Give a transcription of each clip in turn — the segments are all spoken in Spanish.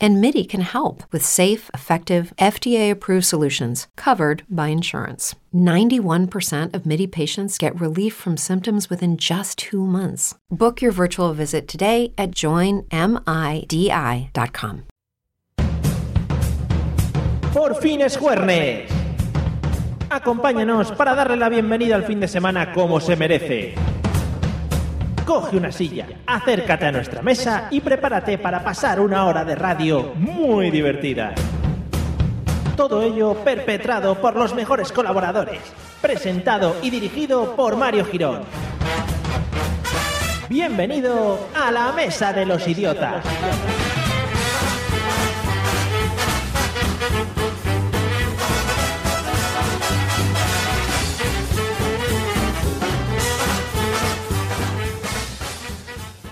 and MIDI can help with safe, effective, FDA approved solutions covered by insurance. 91% of MIDI patients get relief from symptoms within just two months. Book your virtual visit today at joinmidi.com. Por fin es jueves. Acompáñanos para darle la bienvenida al fin de semana como se merece. Coge una silla, acércate a nuestra mesa y prepárate para pasar una hora de radio muy divertida. Todo ello perpetrado por los mejores colaboradores, presentado y dirigido por Mario Girón. Bienvenido a la Mesa de los Idiotas.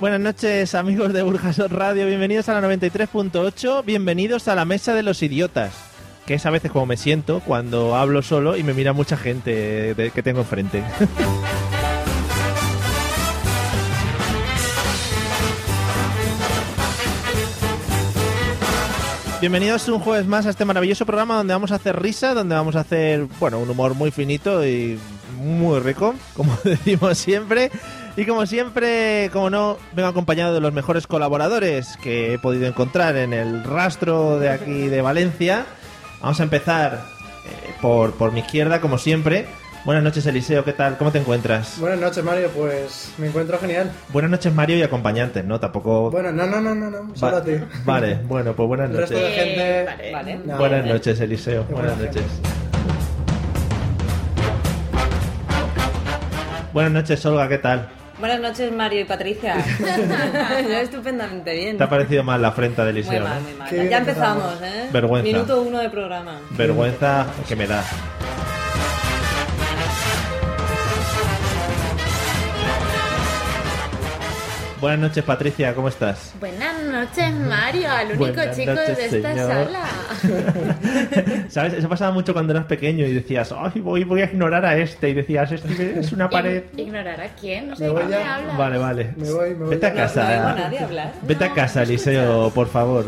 Buenas noches amigos de Burjasot Radio, bienvenidos a la 93.8, bienvenidos a la Mesa de los Idiotas, que es a veces como me siento cuando hablo solo y me mira mucha gente de- que tengo enfrente. Bienvenidos un jueves más a este maravilloso programa donde vamos a hacer risa, donde vamos a hacer, bueno, un humor muy finito y muy rico, como decimos siempre. Y como siempre, como no, vengo acompañado de los mejores colaboradores que he podido encontrar en el rastro de aquí de Valencia. Vamos a empezar eh, por, por mi izquierda, como siempre. Buenas noches, Eliseo, ¿qué tal? ¿Cómo te encuentras? Buenas noches, Mario. Pues me encuentro genial. Buenas noches, Mario, y acompañantes, ¿no? Tampoco... Bueno, no, no, no, no, no. Va- Solo a ti. Vale, bueno, pues buenas El resto noches. de gente. vale. No. Buenas noches, Eliseo. Buenas Buenas noches. Buenas noches, Olga, ¿qué tal? Buenas noches, Mario y Patricia. Yo estupendamente bien. ¿Te ha parecido mal la afrenta de Muy Eliseo? mal, no? muy mal. Qué bien Ya empezamos, empezamos. ¿eh? Vergüenza. Minuto uno de programa. Vergüenza que me da. Buenas noches, Patricia, ¿cómo estás? Buenas noches, Mario, al único Buenas chico noches, de esta señor. sala. ¿Sabes? Eso pasaba mucho cuando eras pequeño y decías, ay, voy, voy a ignorar a este. Y decías, este es una pared. Ig- ¿Ignorar a quién? No sé Me de voy qué me ya. hablas. Vale, vale. Me voy, me voy. Vete a No, casa. No oigo a nadie hablar. Vete a No, casa, no Eliseo, por favor.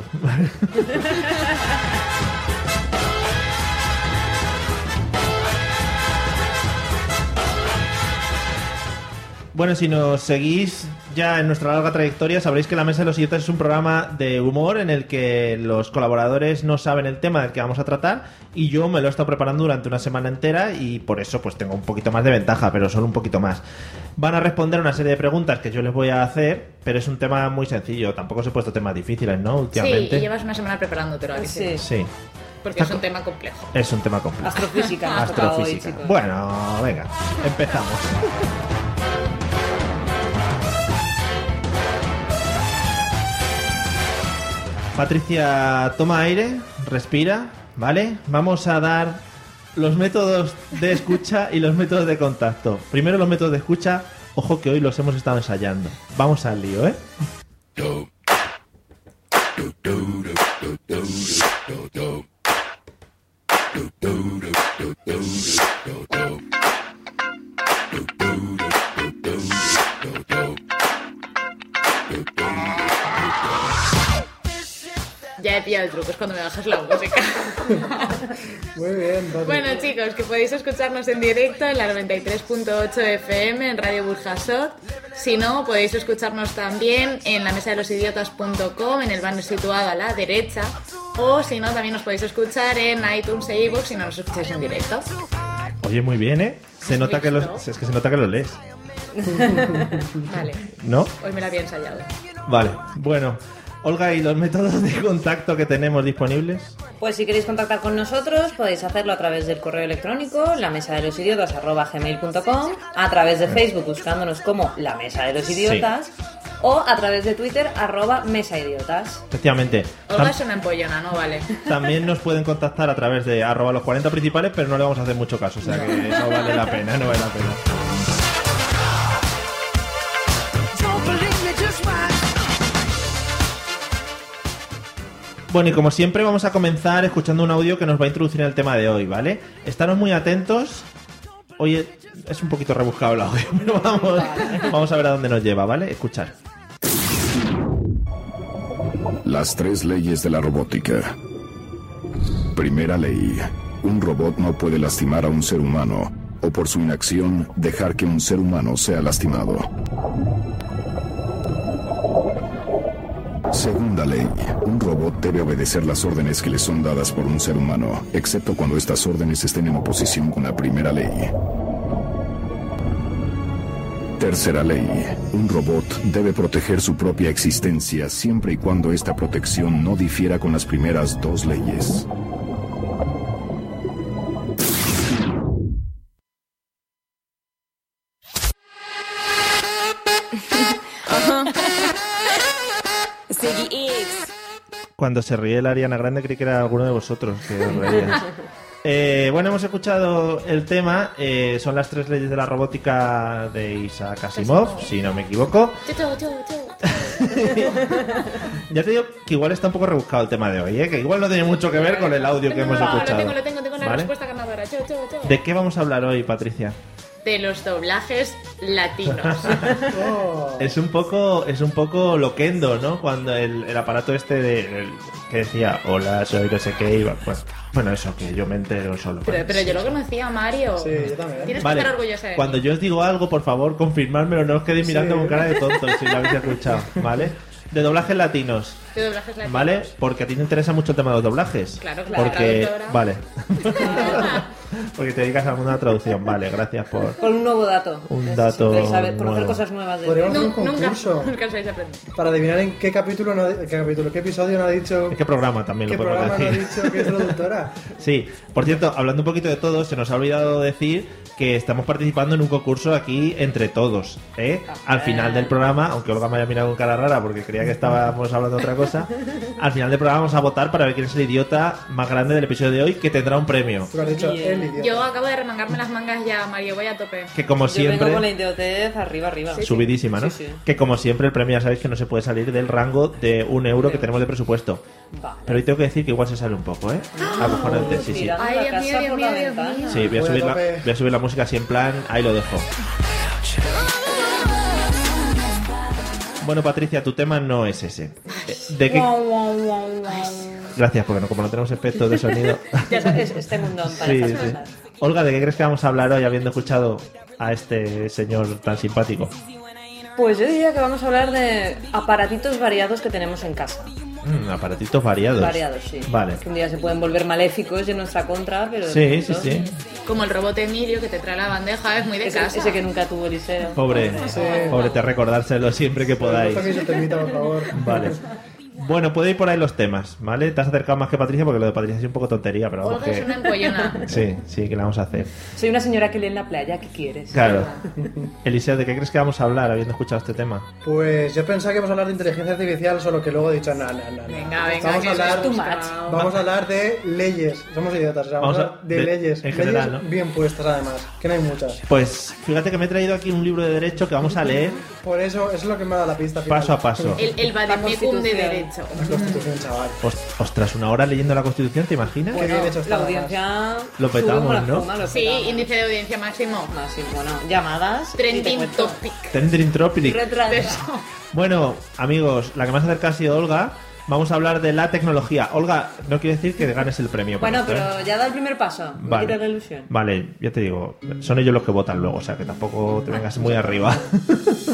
Bueno, si nos seguís ya en nuestra larga trayectoria, sabréis que La Mesa de los Idiotas es un programa de humor en el que los colaboradores no saben el tema del que vamos a tratar y yo me lo he estado preparando durante una semana entera y por eso pues tengo un poquito más de ventaja, pero solo un poquito más. Van a responder una serie de preguntas que yo les voy a hacer, pero es un tema muy sencillo, tampoco os he puesto temas difíciles, ¿no? Sí, Últimamente. y llevas una semana preparándotelo, ¿a que sí? Sí. Sí, Porque es un tema complejo. es un tema complejo. Astrofísica nos toca hoy, Astrofísica. chicos. Bueno, venga, empezamos. Patricia, toma aire, respira, ¿vale? Vamos a dar los métodos de escucha y los métodos de contacto. Primero los métodos de escucha, ojo que hoy los hemos estado ensayando. Vamos al lío, ¿eh? Ya he pillado el truco, es cuando me bajas la música. Muy bien, Patrick. bueno, chicos, que podéis escucharnos en directo en la 93.8 FM en Radio Burjasot. Si no, podéis escucharnos también en la mesa de los idiotas.com, en el banner situado a la derecha. O si no, también nos podéis escuchar en iTunes e iVoox si no nos escucháis en directo. Oye, muy bien, ¿eh? Se nota que los, es que se nota que los lees, Vale, ¿no? hoy me la había ensayado. Vale, bueno. Olga, ¿y los métodos de contacto que tenemos disponibles? Pues si queréis contactar con nosotros, podéis hacerlo a través del correo electrónico, la mesa de los idiotas a través de Facebook buscándonos como la mesa de los Sí. idiotas, o a través de Twitter arroba mesa idiotas. Efectivamente. Olga tam- es una empollona, no vale. también nos pueden contactar a través de arroba los 40 principales, pero no le vamos a hacer mucho caso, o sea que no vale la pena, no vale la pena. Bueno, y como siempre vamos a comenzar escuchando un audio que nos va a introducir en el tema de hoy, ¿vale? Estaros muy atentos. Oye, es un poquito rebuscado el audio, pero vamos, vamos a ver a dónde nos lleva, ¿vale? Escuchar. Las tres leyes de la robótica. Primera ley. Un robot no puede lastimar a un ser humano o por su inacción dejar que un ser humano sea lastimado. Segunda ley. Un robot debe obedecer las órdenes que le son dadas por un ser humano, excepto cuando estas órdenes estén en oposición con la primera ley. Tercera ley. Un robot debe proteger su propia existencia siempre y cuando esta protección no difiera con las primeras dos leyes. Cuando se ríe la Ariana Grande creí que era alguno de vosotros que os reíais. Eh, bueno, hemos escuchado el tema. eh, son las tres leyes de la robótica de Isaac Asimov, si no me equivoco. ya te digo que igual está un poco rebuscado el tema de hoy, ¿eh? que igual no tiene mucho que ver con el audio que No, hemos no, escuchado. Lo tengo, lo tengo, tengo la ¿Vale? respuesta ganadora. Chau, chau, chau. ¿De qué vamos a hablar hoy, Patricia? De los doblajes latinos. Oh, Es un poco, es un poco loquendo, ¿no? Cuando el, el aparato este de, el- que decía, hola, soy no sé qué, iba, pues, bueno, eso que yo me entero solo. pero, pero yo lo conocía, Mario. sí, yo también. Tienes que estar orgullosa de Cuando yo os digo algo, por favor, confirmármelo, no os quedéis mirando Sí. con cara de tontos si lo habéis escuchado, ¿vale? De doblajes latinos, mí. De doblajes latinos. ¿vale? Porque a ti te interesa mucho el tema de los doblajes. Claro, claro, Porque, traductora. vale. Porque te dedicas a alguna traducción, vale, gracias por... Con un nuevo dato. Un Es dato siempre saber- conocer nuevo. cosas nuevas. De... Podríamos Nu- hacer un nunca, concurso nunca os vais a aprender. para adivinar en qué capítulo, no ha di- qué capítulo, qué episodio no ha dicho, ¿Qué programa también qué lo podemos programa no ha decir? dicho que es traductora. Sí, por cierto, hablando un poquito de todo, se nos ha olvidado decir que estamos participando en un concurso aquí entre todos. ¿eh? Al final del programa, aunque Olga me haya mirado con cara rara porque creía que estábamos hablando de otra cosa, al final del programa vamos a votar para ver quién es el idiota más grande del episodio de hoy que tendrá un premio. Tú lo has dicho, el idiota. Yo acabo de remangarme las mangas ya, Mario. Voy a tope. Que como Yo vengo con la siempre... idiotez arriba, arriba. Subidísima, ¿no? Sí, sí. Que como siempre el premio ya sabéis que no se puede salir del rango de un euro que tenemos de presupuesto. Vale. Pero hoy tengo que decir que igual se sale un poco, ¿eh? Acojonante, sí, sí. Pues Tirando Ay, la Dios casa mío, Dios por mío, la Dios ventana. mío. Sí, voy a, Voy a subir la, tope. voy a subir la música así en plan, ahí lo dejo. Bueno, Patricia, tu tema no es ese. Eh, ¿De qué? Guau, guau, guau, guau. Gracias, porque no, como no tenemos efectos de sonido. Ya sabes, este mundo en Sí, parejas sí. pasadas. Olga, ¿de qué crees que vamos a hablar hoy habiendo escuchado a este señor tan simpático? Pues yo diría que vamos a hablar de aparatitos variados que tenemos en casa. Mm, aparatitos variados. Variados, sí. Vale. Que un día se pueden volver maléficos y en nuestra contra, pero. Sí, sí, sí. Como el robot Emilio que te trae la bandeja, es muy de Ese, casa. ese que nunca tuvo Eliseo. Pobre, pobre, te recordárselo siempre que No podáis. toques el temita, por favor. Vale. Bueno, puede ir por ahí los temas, ¿vale? Te has acercado más que Patricia porque lo de Patricia es un poco tontería, pero vamos Olga es que... una empollona. Sí, sí, que la vamos a hacer. Soy una señora que lee en la playa, ¿qué quieres? Claro. Eliseo, ¿de qué crees que vamos a hablar habiendo escuchado este tema? Pues yo pensaba que íbamos a hablar de inteligencia artificial, solo que luego he dicho, no, no, no. no. Venga, venga, Vamos que a eso hablar es too much. Vamos a hablar de leyes. Somos idiotas. o sea, vamos, Vamos a- a hablar de, de- leyes. en general, leyes ¿no? bien puestas, además. Que no hay muchas. Pues fíjate que me he traído aquí un libro de derecho que vamos a leer Por eso, eso es lo que me ha dado la pista. Final. paso a paso. El, el vademecum de Constitución. derecho. La Constitución, chaval. Os- Ostras, una hora leyendo la Constitución, ¿te imaginas? Qué bien hecho está, la además. audiencia. Lo sube petamos, como la ¿no? espuma, lo Sí, petamos. índice de audiencia máximo. Más, sí, bueno, llamadas. y te Trending cuento. topic. Tendrin Tropic. Retranca. Eso. Bueno, amigos, la que más acerca ha sido Olga. Vamos a hablar de la tecnología. Olga, no quiere decir que ganes el premio. por Bueno, esto, ¿eh? pero ya da el primer paso. Me Vale. quita la ilusión. Vale, ya te digo, son ellos los que votan luego, o sea que tampoco te vengas muy arriba.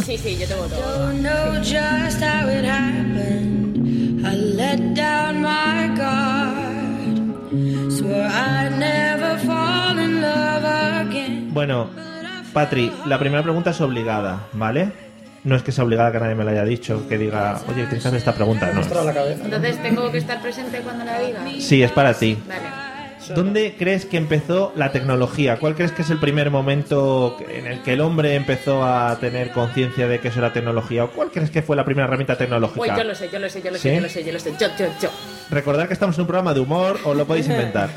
Sí, sí, yo te voto. Don't know just how it happened. I let down my guard. Swore I'd never fall in love again. Bueno, Patri, la primera pregunta es obligada, ¿vale? No es que sea obligada que nadie me la haya dicho, que diga, oye, tienes que hacer esta pregunta, no. Ostras, la cabeza. Entonces tengo que estar presente cuando la diga. Sí, es para ti. Vale. ¿Dónde crees que empezó la tecnología? ¿Cuál crees que es el primer momento en el que el hombre empezó a tener conciencia de que eso era tecnología? ¿O cuál crees que fue la primera herramienta Uy, tecnológica? Pues yo lo sé, yo lo sé, yo lo ¿Sí? sé, yo lo sé, yo lo sé. Yo, yo, yo. Recordad que estamos en un programa de humor, os lo podéis inventar.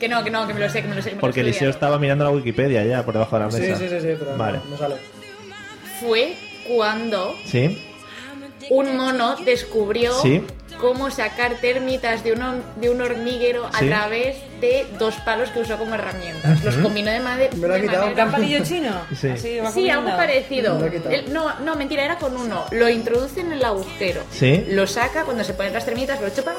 Que no, que no, que me lo sé, que me lo sé. Que me lo Porque he Eliseo estudiado. estaba mirando la Wikipedia ya por debajo de la Sí, mesa. sí, sí, sí, pero Vale. no, no sale. Fue cuando ¿Sí? un mono descubrió Sí. cómo sacar termitas de un, hor- de un hormiguero a Sí. través de dos palos que usó como herramientas. Los combinó de, made- Me lo ha de quitado. manera- ¿Gran palillo chino? Sí. Así va Sí, comiendo. algo parecido. Lo ha quitado. El- no, no, mentira, era con uno. Lo introduce en el agujero. Sí. Lo saca, cuando se ponen las termitas, lo chupa.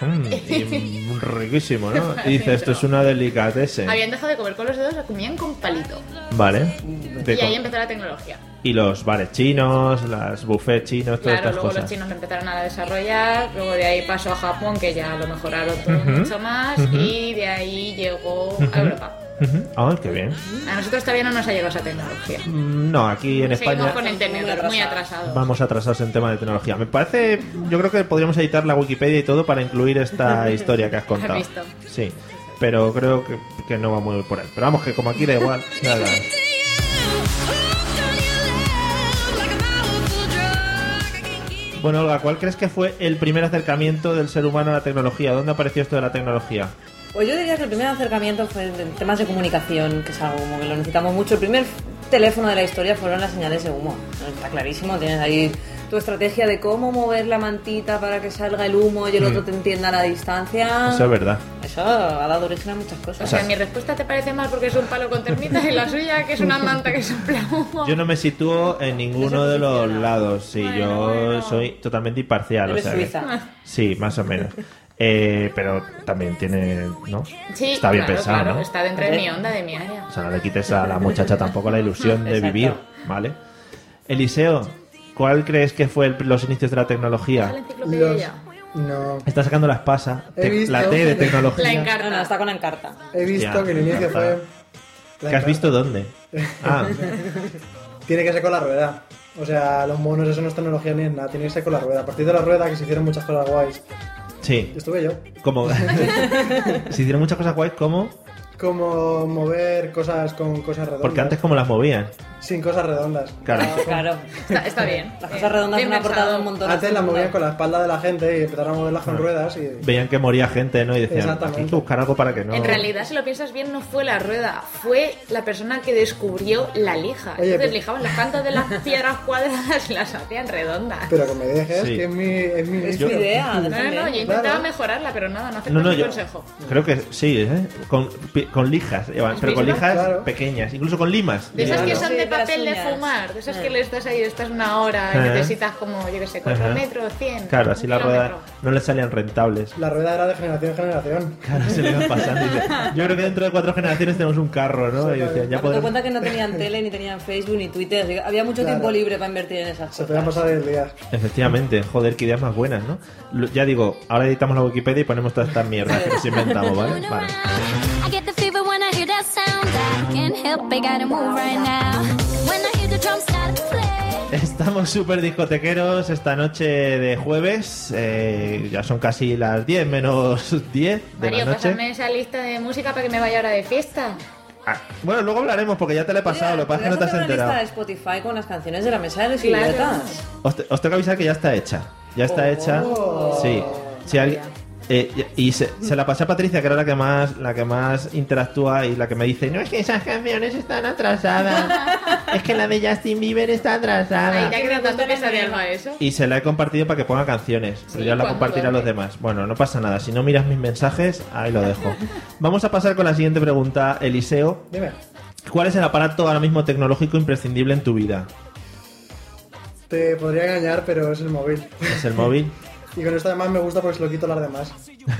Mm, y mm, riquísimo, ¿no? Y dice, esto es una delicatessen. Habían dejado de comer con los dedos, lo comían con palito. Vale. De y ahí co- empezó la tecnología. y los bares chinos, las buffets chinos, todas Claro, estas luego cosas. los chinos lo empezaron a desarrollar, luego de ahí pasó a Japón, que ya lo mejoraron todo Ujú. mucho más, y de ahí llegó a Europa. Ujú. Ah, qué bien. A nosotros todavía no nos ha llegado esa tecnología. Mm, No, aquí en Seguimos España con el tenedor, muy atrasados. vamos atrasados en tema de tecnología. Me parece, yo creo que podríamos editar la Wikipedia y todo para incluir esta historia que has contado. visto. Sí, pero creo que, que no va muy por ahí. Pero vamos, que como aquí da igual. Nada. Bueno, Olga, ¿cuál crees que fue el primer acercamiento del ser humano a la tecnología? ¿Dónde apareció esto de la tecnología? Pues yo diría que el primer acercamiento fue en temas de comunicación, que es algo como que lo necesitamos mucho. El primer teléfono de la historia fueron las señales de humo. Está clarísimo, tienes ahí tu estrategia de cómo mover la mantita para que salga el humo y el otro te entienda a la distancia. Eso Pues es verdad. Eso ha dado origen a muchas cosas. O sea, mi respuesta te parece mal porque es un palo con termitas y la suya que es una manta que sopla humo. Yo no me sitúo en ninguno de los lados. Sí, Bueno, yo bueno. soy totalmente imparcial. O Eres sea que- suiza. sí, más o menos. Eh, pero también tiene, ¿no? Sí, está bien claro, pensado, claro, ¿no? Está dentro de Eh, mi onda, de mi área. O sea, no le quites a la muchacha tampoco la ilusión de Exacto. vivir, ¿vale? Eliseo, ¿cuál crees que fue el- los inicios de la la tecnología? enciclopedia Los- ya. No. Está sacando la espasa, He te- visto. la T de La tecnología. No, no, encarta. está con la encarta. He visto Hostia, que el inicio encanta. fue. ¿Que has visto dónde? Ah, Tiene que ser con la rueda. O sea, los monos, eso no es tecnología ni es nada. Tiene que ser con la rueda. A partir de la rueda que se hicieron muchas cosas guays. sí. Estuve yo. Como... Se hicieron muchas cosas guays, ¿cómo? Como mover cosas con cosas redondas. Porque antes, ¿cómo las movían? Sin cosas redondas. Claro. Claro. Está, está bien. Las cosas redondas Bien me han aportado pensado. un montón. Antes las movían con la espalda de la gente y empezaron a moverlas Ah. con ruedas y... veían que moría gente, ¿no? Y decían, Exactamente. aquí hay que buscar algo para que no... En realidad, si lo piensas bien, no fue la rueda, fue la persona que descubrió la lija. Oye, Entonces pero- lijaban las cantas de las piedras cuadradas y las hacían redondas. Pero que me dejes, Sí. que es mi... Es mi Es inicio. tu idea. No, no, no, yo intentaba Claro. mejorarla, pero nada, no acepté No, no, mi yo consejo. creo que sí, ¿eh? Con, pi- con lijas, llevan, pero con ¿Prismas? lijas Claro. pequeñas, incluso con limas. De esas llevan, que ¿no? son Sí, de de las papel de uñas. fumar, de esas Ah. que le estás ahí, estás una hora y Ajá. necesitas como, yo qué sé, cuatro Ajá. metros, 100. Eh. Claro, así un la rueda kilómetro. no le salían rentables. La rueda era de generación en generación. Claro, se le iban pasando. y dice, Yo creo que dentro de cuatro generaciones tenemos un carro, ¿no? Y decían, ya Me doy podemos... cuenta que no tenían tele, ni tenían Facebook, ni Twitter. así que Había mucho Claro. tiempo libre para invertir en esas Se cosas. te va a pasar el día. Efectivamente, joder, qué ideas más buenas, ¿no? Lo- Ya digo, ahora editamos la Wikipedia y ponemos toda esta mierda que nos inventamos, ¿vale? Vale. I get the fever when I hear that sound. I can't help it, gotta move right now. When I hear the drums start to play. Estamos súper discotequeros esta noche de jueves. eh, ya son casi las 10 menos 10 de Mario, la noche. pásame esa lista de música para que me vaya ahora de fiesta. Ah, bueno, luego hablaremos porque ya te la he pasado, lo que pasa es que no te has Podrías hacer una lista enterado. de Spotify con las canciones de la mesa de los Claro. idiotas. Os, te- os tengo que avisar que ya está hecha. Ya está hecha. Sí. Si alguien- eh, y se, se la pasé a Patricia, que era la que más la que más interactúa y la que me dice, no es que esas canciones están atrasadas. es que la de Justin Bieber está atrasada. Ay, ya que no tanto Ah. que sabía algo de eso. Y se la he compartido para que ponga canciones. Pero ya la cuando compartiré a los demás. Bueno, no pasa nada. Si no miras mis mensajes, ahí lo dejo. Vamos a pasar con la siguiente pregunta, Eliseo. Dime, ¿Cuál es el aparato ahora mismo tecnológico imprescindible en tu vida? te podría engañar, pero es el móvil. ¿Es el móvil? Y con esto además me gusta porque se lo quito a las demás.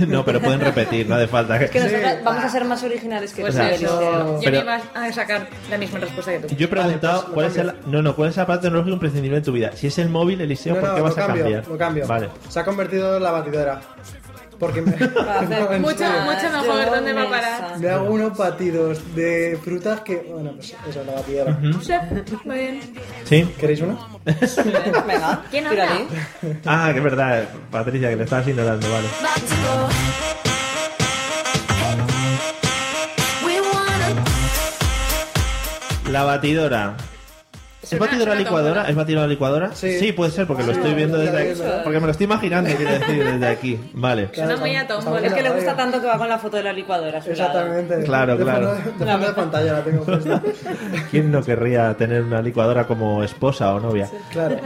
no, pero pueden repetir, no hace falta. Es que nosotras vamos a ser más originales que Pues tú, sea, Eliseo. eso. Yo pero- no iba a sacar la misma respuesta que tú. Yo he preguntado Vale, pues lo cuál es el no, no, cuál es el aparato tecnológico imprescindible en tu vida. Si es el móvil, Eliseo, no, ¿por qué no, vas lo a cambio, cambiar? lo cambio. Vale. Se ha convertido en la batidora. Porque me... Para hacer No, en Mucho- serio. mucho mejor, ¿dónde va a parar? Mesa. Me hago unos batidos de frutas que... Bueno, pues eso es la batidora. Muy bien. ¿Sí? ¿Queréis uno? Venga, ¿Quién tira habla? ahí. Ah, que es verdad, Patricia, que le estabas ignorando, vale. About to go. Hey. We wanna La batidora. ¿Es batido la una licuadora? tómbola. ¿Es batido la licuadora? Sí. puede ser, porque lo estoy viendo desde aquí. Porque me lo estoy imaginando, quiero decir, desde aquí. Vale. Suena muy a tómbola. Es que le la gusta radio. tanto que va con la foto de la licuadora. a su lado. Exactamente. Claro, De claro. fondo- de fondo de pantalla la tengo puesta. ¿Quién no querría tener una licuadora como esposa o novia? Claro.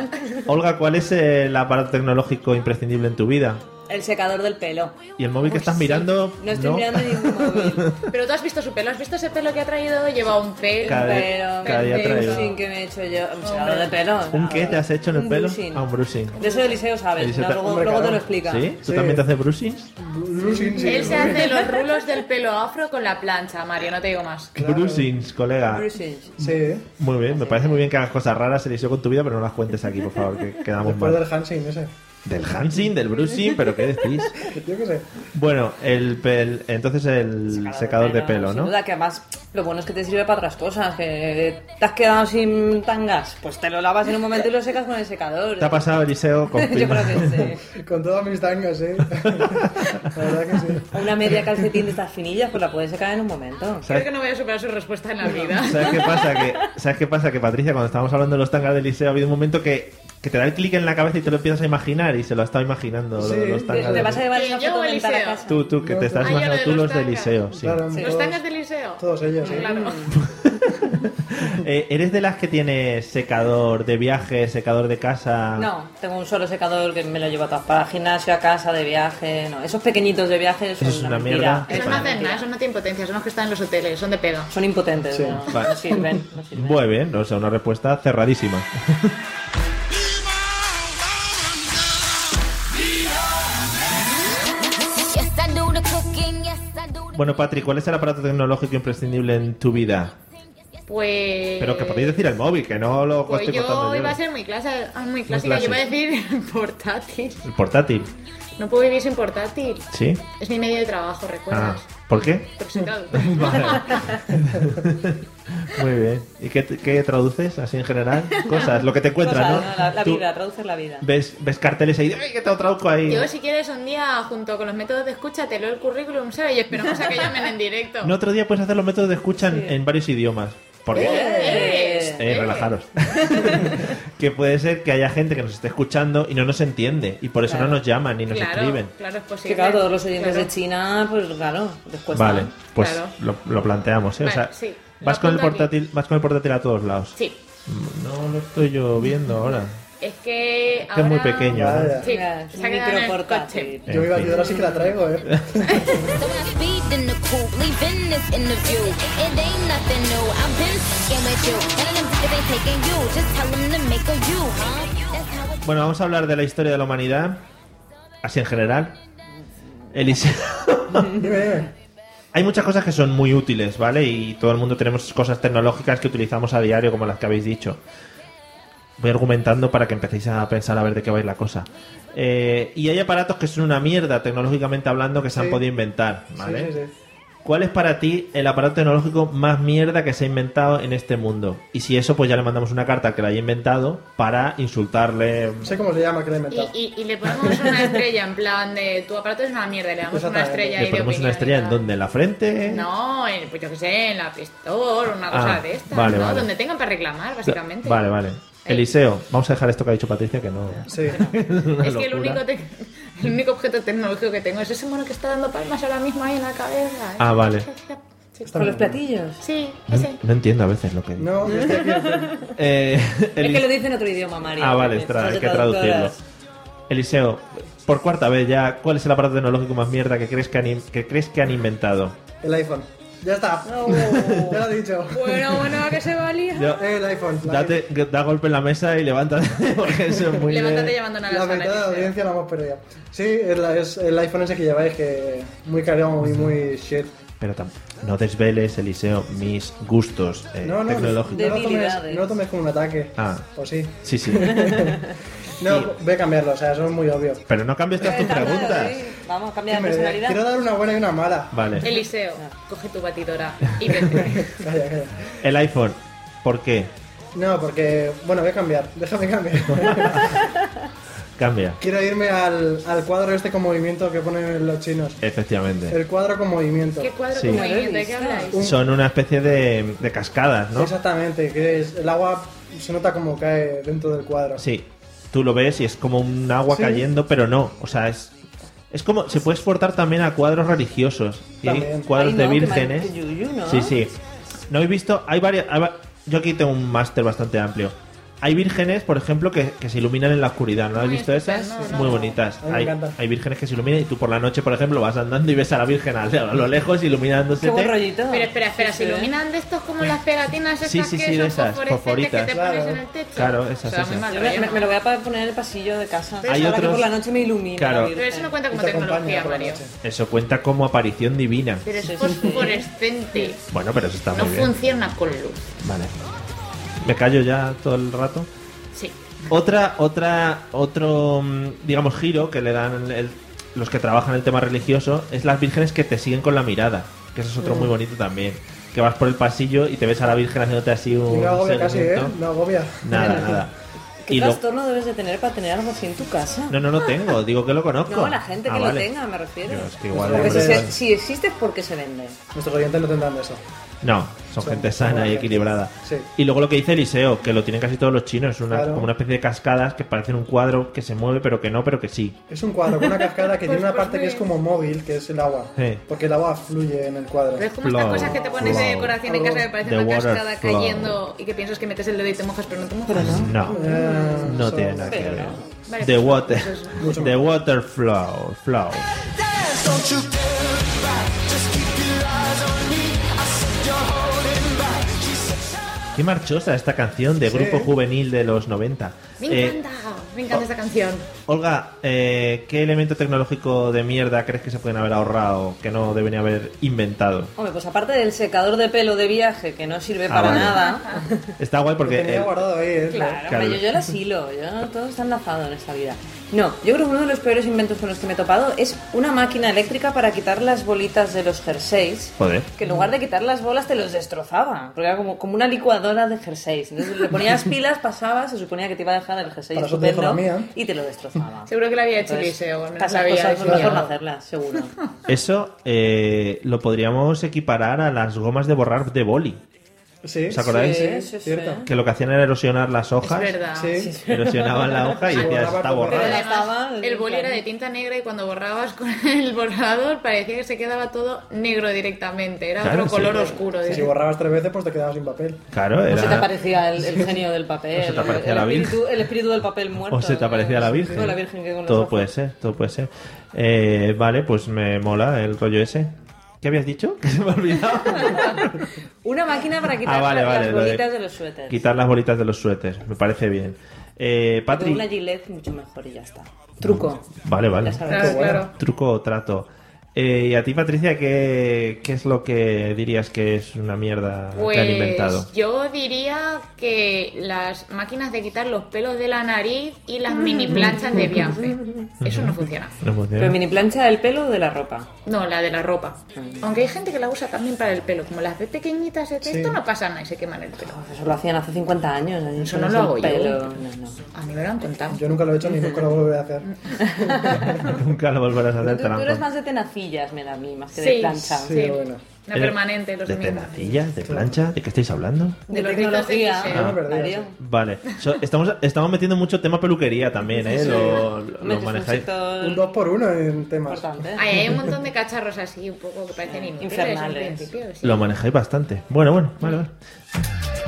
Olga, ¿cuál es el aparato tecnológico imprescindible en tu vida? El secador del pelo. ¿Y el móvil que estás mirando? No estoy mirando ningún móvil. Pero tú has visto su pelo, has visto ese pelo que ha traído, lleva un pelo. Cada día- Pero cada día el traigo. brushing que me he hecho yo. Un secador de pelo. ¿Un qué te has hecho en el Un pelo? brushing. Ah, un brushing. De eso Eliseo sabes. Eliseo ¿no? te- luego Hombre, luego te lo claro. explica. ¿Sí? ¿Tú Sí. también te haces brushings? Brushing, sí. Él se hace los rulos del pelo afro con la plancha, Mario, no te digo más. Claro. Brushings, colega. Brushing. Sí. Muy bien, me parece muy bien que hagas cosas raras, Eliseo, con tu vida, pero no las cuentes aquí, por favor, que quedamos Después mal. del Hansing ese. Del Hansing, del brushing, pero ¿qué decís? Yo qué sé. Bueno, el pel- entonces el secador, de pelo, Sin ¿no? duda que además lo bueno es que te sirve para otras cosas. Que te has quedado sin tangas. Pues te lo lavas en un momento y lo secas con el secador. ¿Te ha pasado, Eliseo, con Yo Pima? creo que sí. Con todas mis tangas, sí. La verdad que sí. O Una media calcetín de estas finillas, pues la puedes secar en un momento. Creo ¿Sabes, que no voy a superar su respuesta en la vida. sabes qué pasa? Que, ¿Sabes qué pasa? Que Patricia, cuando estábamos hablando de los tangas de Eliseo, ha habido un momento que, que te da el clic en la cabeza y te lo empiezas a imaginar y se lo ha estado imaginando lo de Sí. los tangas. Te de vas a llevar Que esa yo foto o mental a Eliseo. casa. Tú, tú, que te estás Ah, yo lo de imaginando tú los los de tangas. Eliseo, sí. Claro, ¿Los todos- tangas del liceo? Todos ellos, sí. Claro. Eh, ¿Eres de las que tiene secador de viaje, secador de casa? No, tengo un solo secador que me lo llevo a todas para gimnasio, a casa, de viaje. No, esos pequeñitos de viaje son Eso es una mierda. mentira. Eso Eso no es hacen nada, mentira. eso no tiene potencia, son los que están en los hoteles, son de pega. Son impotentes, Sí. no, Vale. no sirven. No sirven. Muy bien, o sea, una respuesta cerradísima. Yes, I do the cooking. Yes, I do the Bueno, Patri, ¿cuál es el aparato tecnológico imprescindible en tu vida? Pues. Pero que podéis decir el móvil, que no lo Pues estoy yo contando iba a ser muy, clase, ah, muy clásica, clásica. yo iba a decir portátil. El portátil, No puedo vivir sin portátil. ¿sí? Es mi medio de trabajo, Ah, ¿recuerdas? ¿por qué? Porque soy traductora. Muy bien. ¿Y qué, qué traduces así en general? Cosas, lo que te encuentras, ¿no? Cosas, ¿no? Pues, La, la Tú vida, traduces la vida. ves, ves carteles ahí, ¡ay, que te lo traduzco ahí! Yo, si quieres, un día, junto con los métodos de escucha, te leo el currículum, ¿sabes? Y esperamos a que llamen en directo. No, otro día puedes hacer los métodos de escucha en, en varios idiomas. Porque... Eh, Eh, relajaros. que puede ser que haya gente que nos esté escuchando y no nos entiende y por eso no nos llaman ni nos claro, escriben. claro, es posible. Que claro, todos los oyentes Claro. de China, pues claro, después. Vale, pues Claro. lo, lo planteamos, ¿eh? O Vale, sea, sí. vas Lo con el apunto aquí. portátil, vas con el portátil a todos lados. Sí, Mm, No lo estoy yo viendo ahora. es que. Que es muy ahora- pequeño. ¿no? Vaya. Sí, Mira, es se ha un quedado en el microportátil. Yo coche. mi En fin. batidora sí que la traigo, eh. So I speed in the coop, leaving this interview. It ain't nothing new. I've been fucking with you. None of them tickets ain't taking you. Just tell them to make a you, huh? That's how it Bueno, vamos a hablar de la historia de la humanidad, así en general. Eliseo. Dime, dime. Hay muchas cosas que son muy útiles, ¿vale? Y todo el mundo tenemos cosas tecnológicas que utilizamos a diario, como las que habéis dicho. Voy argumentando para que empecéis a pensar a ver de qué va a ir la cosa. Eh, y hay aparatos que son una mierda, tecnológicamente hablando, que se han Sí. podido inventar, ¿vale? Sí, sí, sí. ¿Cuál es para ti el aparato tecnológico más mierda que se ha inventado en este mundo? Y si eso, pues ya le mandamos una carta al que la haya inventado para insultarle. Sé cómo se llama, que la he Y, inventado. y, y le ponemos una estrella en plan de tu aparato es una mierda, le damos una Exactamente. estrella ¿Le ahí de ponemos una opinión y estrella en tal. dónde? ¿En la frente? No, en, pues yo que sé, en la pistola, una Ah, cosa de estas, vale, ¿no? vale. Donde tengan para reclamar, básicamente. Vale, vale. Eliseo, vamos a dejar esto que ha dicho Patricia, que no. Sí. Una Es que el locura. único, te- el único objeto tecnológico que tengo es ese mono que está dando palmas ahora mismo ahí en la cabeza. Ah, vale. Sí, Con los platillos. Sí, ese. No entiendo a veces lo que dice. No, es que aquí Eh, Es Eli- que lo dice en otro idioma, María. Ah, vale, porque espera, hay somos que traductoras. traducirlo. Eliseo, por cuarta vez ya, ¿cuál es el aparato tecnológico más mierda que crees que han, in- que crees que han inventado? el iPhone. Ya está. Ya lo he dicho. Bueno, bueno, que se valía. Yo- El iPhone. La, date, da golpe en la mesa y levántate, porque eso es muy... de- Levántate y abandona la la sala. mitad de la Eliseo. audiencia la hemos perdido. Sí, es, la- es el iPhone ese que lleváis, que muy cargado y muy shit. Pero tam- no desveles, Eliseo, mis gustos eh, No, no, tecnológicos. no, lo tomes, Debilidades. no lo tomes como un ataque. Ah. O sí. Sí, sí. No, voy a cambiarlo, o sea, eso es muy obvio. Pero no cambies todas tus Venga, preguntas. dale, Pues Vamos a cambiar de Me- personalidad. Quiero dar una buena y una mala. Vale. Eliseo, Ah. coge tu batidora y vete. Calla, calla. El iPhone, ¿por qué? No, porque, bueno, voy a cambiar. Déjame cambiar. Cambia. Quiero irme al, al cuadro este con movimiento que ponen los chinos. Efectivamente. El cuadro con movimiento. ¿Qué cuadro Sí. como movimiento? ¿De qué habláis? Un- Son una especie de, de cascadas, ¿no? Exactamente, que es el agua se nota como cae dentro del cuadro. Sí, tú lo ves y es como un agua Sí. cayendo, pero no. O sea, es. Es como. Se puede exportar también a cuadros religiosos. Y hay También. cuadros Ay, de no, qué mal- vírgenes. qué yuyu, ¿no? Sí, sí. No he visto. Hay varias. hay va- yo aquí tengo un máster bastante amplio. Hay vírgenes, por ejemplo, que, que se iluminan en la oscuridad. ¿No has Muy visto este esas? estupendo, no, Muy no. bonitas. A mí me Hay, encanta. hay vírgenes que se iluminan y tú por la noche, por ejemplo, vas andando y ves a la virgen a lo a lo lejos iluminándose. Qué buen rollito. Pero espera, espera, ¿se Sí, sí. iluminan de estos como las pegatinas esas Sí, sí, que sí, de son esas, fosforescentes que te fosforitas. pones Claro. en el techo? Claro, esas, O sea, muy esas. mal ¿eh? Yo me, me- rollo. me lo voy a pa- poner en el pasillo de casa. Hay Ahora que otros- por la noche me ilumina. Claro. la Virgen. Pero eso no cuenta Y como te acompaña tecnología, por la Mario. noche. Eso cuenta como aparición divina. Pero es Sí, sí, fosforescente. Bueno, pero eso está No Ah, muy bien. funciona con luz. Vale. Me callo ya todo el rato. Sí. Otra, otra, otro, mm, digamos, giro que le dan el- los que trabajan el tema religioso es las vírgenes que te siguen con la mirada. Que eso es Mm. otro muy bonito también. Que vas por el pasillo y te ves a la virgen haciéndote así Y un. no agobia casi, ¿eh? seguimiento. No agobia. Nada, nada. ¿Qué Y lo- trastorno debes de tener para tener algo así en tu casa? No, no lo tengo, digo que lo conozco. No, la gente Ah, que vale. lo tenga, me refiero. Yo, es que igual- Porque si, Hombre, se- si existe es porque se vende. Nuestros oyentes no tendrán eso. No, son, Son- gente son sana buena y gente. equilibrada. Sí. Y luego lo que dice Eliseo, que lo tienen casi todos los chinos, una, Claro. como una especie de cascadas que parecen un cuadro que se mueve pero que no, pero que sí. Es un cuadro con una cascada que Pues- tiene una pues parte que muy es como móvil, que es el agua. Sí. Porque el agua fluye en el cuadro. Pero es como estas Flow, cosas que te pones de flow. decoración en casa que The parece una water cascada flow. cayendo y que piensas que metes el dedo y te mojas, pero no te mojas. No, Eh, no son- tiene nada que Pero ver. no. Vale, The pues, water, pues eso. Mucho the water flow, flow. Qué marchosa esta canción de Sí. grupo juvenil de los 90. Me Eh, encanta, me encanta esta canción. Olga, eh, ¿qué elemento tecnológico de mierda crees que se pueden haber ahorrado que no deberían haber inventado? Hombre, pues aparte del secador de pelo de viaje que no sirve Ah, para vale. nada. Está guay Lo porque tenía el- guardado ahí, ¿eh? Claro, Claro. hombre, yo, yo las hilo, yo, todo está enlazado en esta vida. No, yo creo que uno de los peores inventos con los que me he topado es una máquina eléctrica para quitar las bolitas de los jerseys. Joder. Que en lugar de quitar las bolas te los destrozaba, porque era como, como una licuadora de jerseys. Entonces le ponías pilas, pasabas, se suponía que te iba a dejar el jersey Para eso te dejo estupendo la mía. y te lo destrozaba. Seguro que la había hecho Entonces, Eliseo, al menos estas la había Pues, cosas es mejor no diseñado. hacerlas, seguro. Eso eh, lo podríamos equiparar a las gomas de borrar de boli. Sí, ¿Os acordáis? Sí, Sí, sí, cierto. sí. Que lo que hacían era erosionar las Es hojas. verdad. Sí. Erosionaban la hoja y Sí, decías, está borraba con borrar. Pero borrada. además, Estaba el- el boli era claro. de tinta negra y cuando borrabas con el borrador parecía que se quedaba todo negro directamente. Era Claro, otro sí. color oscuro. Si directamente. borrabas tres veces, pues te quedabas sin papel. Claro, O se te era. aparecía el, el genio del papel. O se te aparecía el, la espíritu, el espíritu del papel muerto. O se te aparecía la Virgen. No, la Virgen que con los todo ojos. puede ser, todo puede ser. Eh, vale, pues me mola el rollo ese. ¿Qué habías dicho? Que se me ha olvidado. Una máquina para quitar ah, vale, las vale. lo de bolitas de, los suéteres. Quitar las bolitas de los suéteres. Me parece bien. Eh, Con una Patrick. Gillette mucho mejor y ya está. Truco. Vale, Mm. vale. Ya sabes. Claro, claro. Truco o trato. Eh, y a ti, Patricia, ¿qué, qué es lo que dirías que es una mierda que han inventado? Pues yo diría que las máquinas de quitar los pelos de la nariz y las mini planchas de viaje. Eso no funciona. No funciona. Pero mini plancha del pelo o de la ropa. No, la de la ropa. Ah. Aunque hay gente que la usa también para el pelo. Como las ve pequeñitas, de esto no pasa nada y se queman el pelo. Pues eso lo hacían hace 50 años. ¿eh? Eso no es lo el hago yo. pelo. No, no. A mí me lo han contado. Yo nunca lo he hecho ni nunca lo volveré a hacer. Nunca lo volverás a hacer. te Tú, la tú han eres contado. más de tenacillas, me da a mí, más que de plancha. sí. bueno. Una permanente, los ¿De domingos. tenacillas? ¿De plancha? ¿De qué estáis hablando? De, De los tecnología. ricos de Ah. Mario. Perdidas, Vale, So, estamos, estamos metiendo mucho tema peluquería también, ¿eh? Lo, lo- Hombre, lo es un manejáis. sector Un 2 por 1 en temas. importante. ¿eh? Ay, hay un montón de cacharros así, un poco que parecen inútiles. en infernales. principio, sí. Lo manejáis bastante. Bueno, bueno, vale, vale.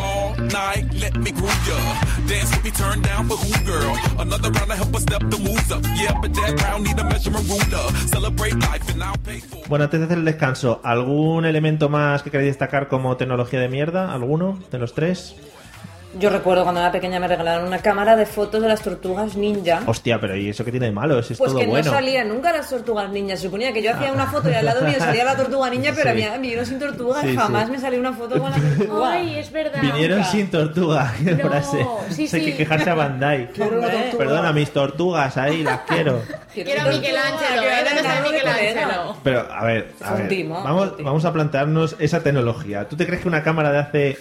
all night. Let me groove ya. Dance with me, turn down for who, girl? Another round to help us step the moves up. Yeah, but that round need a measuring ruler. Celebrate life and I'll pay for. it. Bueno, antes de hacer el descanso, ¿algún elemento más que queréis destacar como tecnología de mierda? ¿Alguno de los tres? Yo recuerdo cuando era pequeña me regalaron una cámara de fotos de las tortugas ninja. Hostia, pero ¿y eso qué tiene de malo? Eso es Pues todo que bueno. no salían nunca las tortugas niñas. Se Suponía que yo hacía una foto y al lado mío salía la tortuga niña, pero Sí. había vinieron sin tortuga Sí, y sí. jamás me salió una foto con la tortuga. Ay, es verdad. Vinieron sin tortuga, qué No, frase. sí, Sé que sí. quejarse a Bandai. Quiero una Hombre. tortuga. Perdona, mis tortugas ahí, las quiero. Quiero a Michelangelo, Que ¿eh? era ¿Dónde está enano de Michelangelo? Pero, a ver, a un ver, timo, es vamos, un timo. vamos a plantearnos esa tecnología. ¿Tú te crees que una cámara de hace,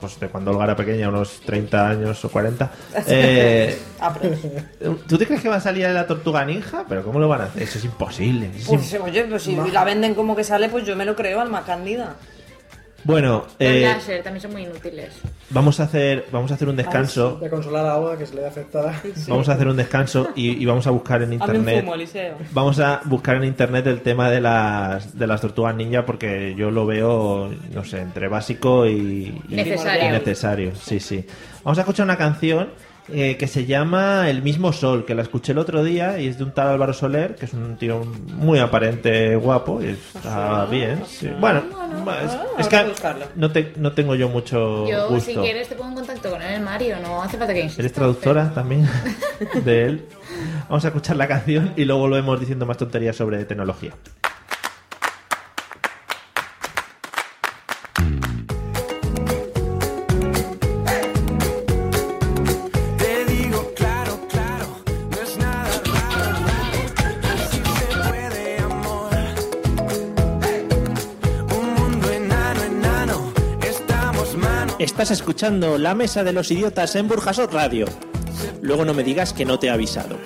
pues de cuando Olga era pequeña, unos 30 años o 40, eh, Ah, pero- ¿tú te crees que va a salir la tortuga ninja? ¿Pero cómo lo van a hacer? Eso es imposible. eso es Pues oye, pues si la venden como que sale, pues yo me lo creo, alma cándida. im- Bueno, Los eh, láser también son muy inútiles. vamos a hacer vamos a hacer un descanso. De consolar a agua que se le afectará. Vamos a hacer un descanso y, y vamos a buscar en Hazme un internet. fumo, Eliseo. Vamos a buscar en internet el tema de las, de las tortugas ninja porque yo lo veo, no sé, entre básico y y Necesario. y necesario. Sí, sí. Vamos a escuchar una canción eh, que se llama El mismo sol, que la escuché el otro día y es de un tal Álvaro Soler, que es un tío muy aparente, guapo, y está bien. sí. Bueno, es, es habrá que que buscarlo. no, te- no tengo yo mucho Yo, gusto. si quieres, te pongo en contacto con él, Mario. No hace falta que insistas. oh, Eres traductora también de él. Vamos a escuchar la canción y luego volvemos diciendo más tonterías sobre tecnología. Te digo claro, claro, no es nada raro. Así se puede, amor. Un mundo enano, enano, estamos mano. Estás escuchando La Mesa de los Idiotas en Burjasot Radio. Luego no me digas que no te he avisado.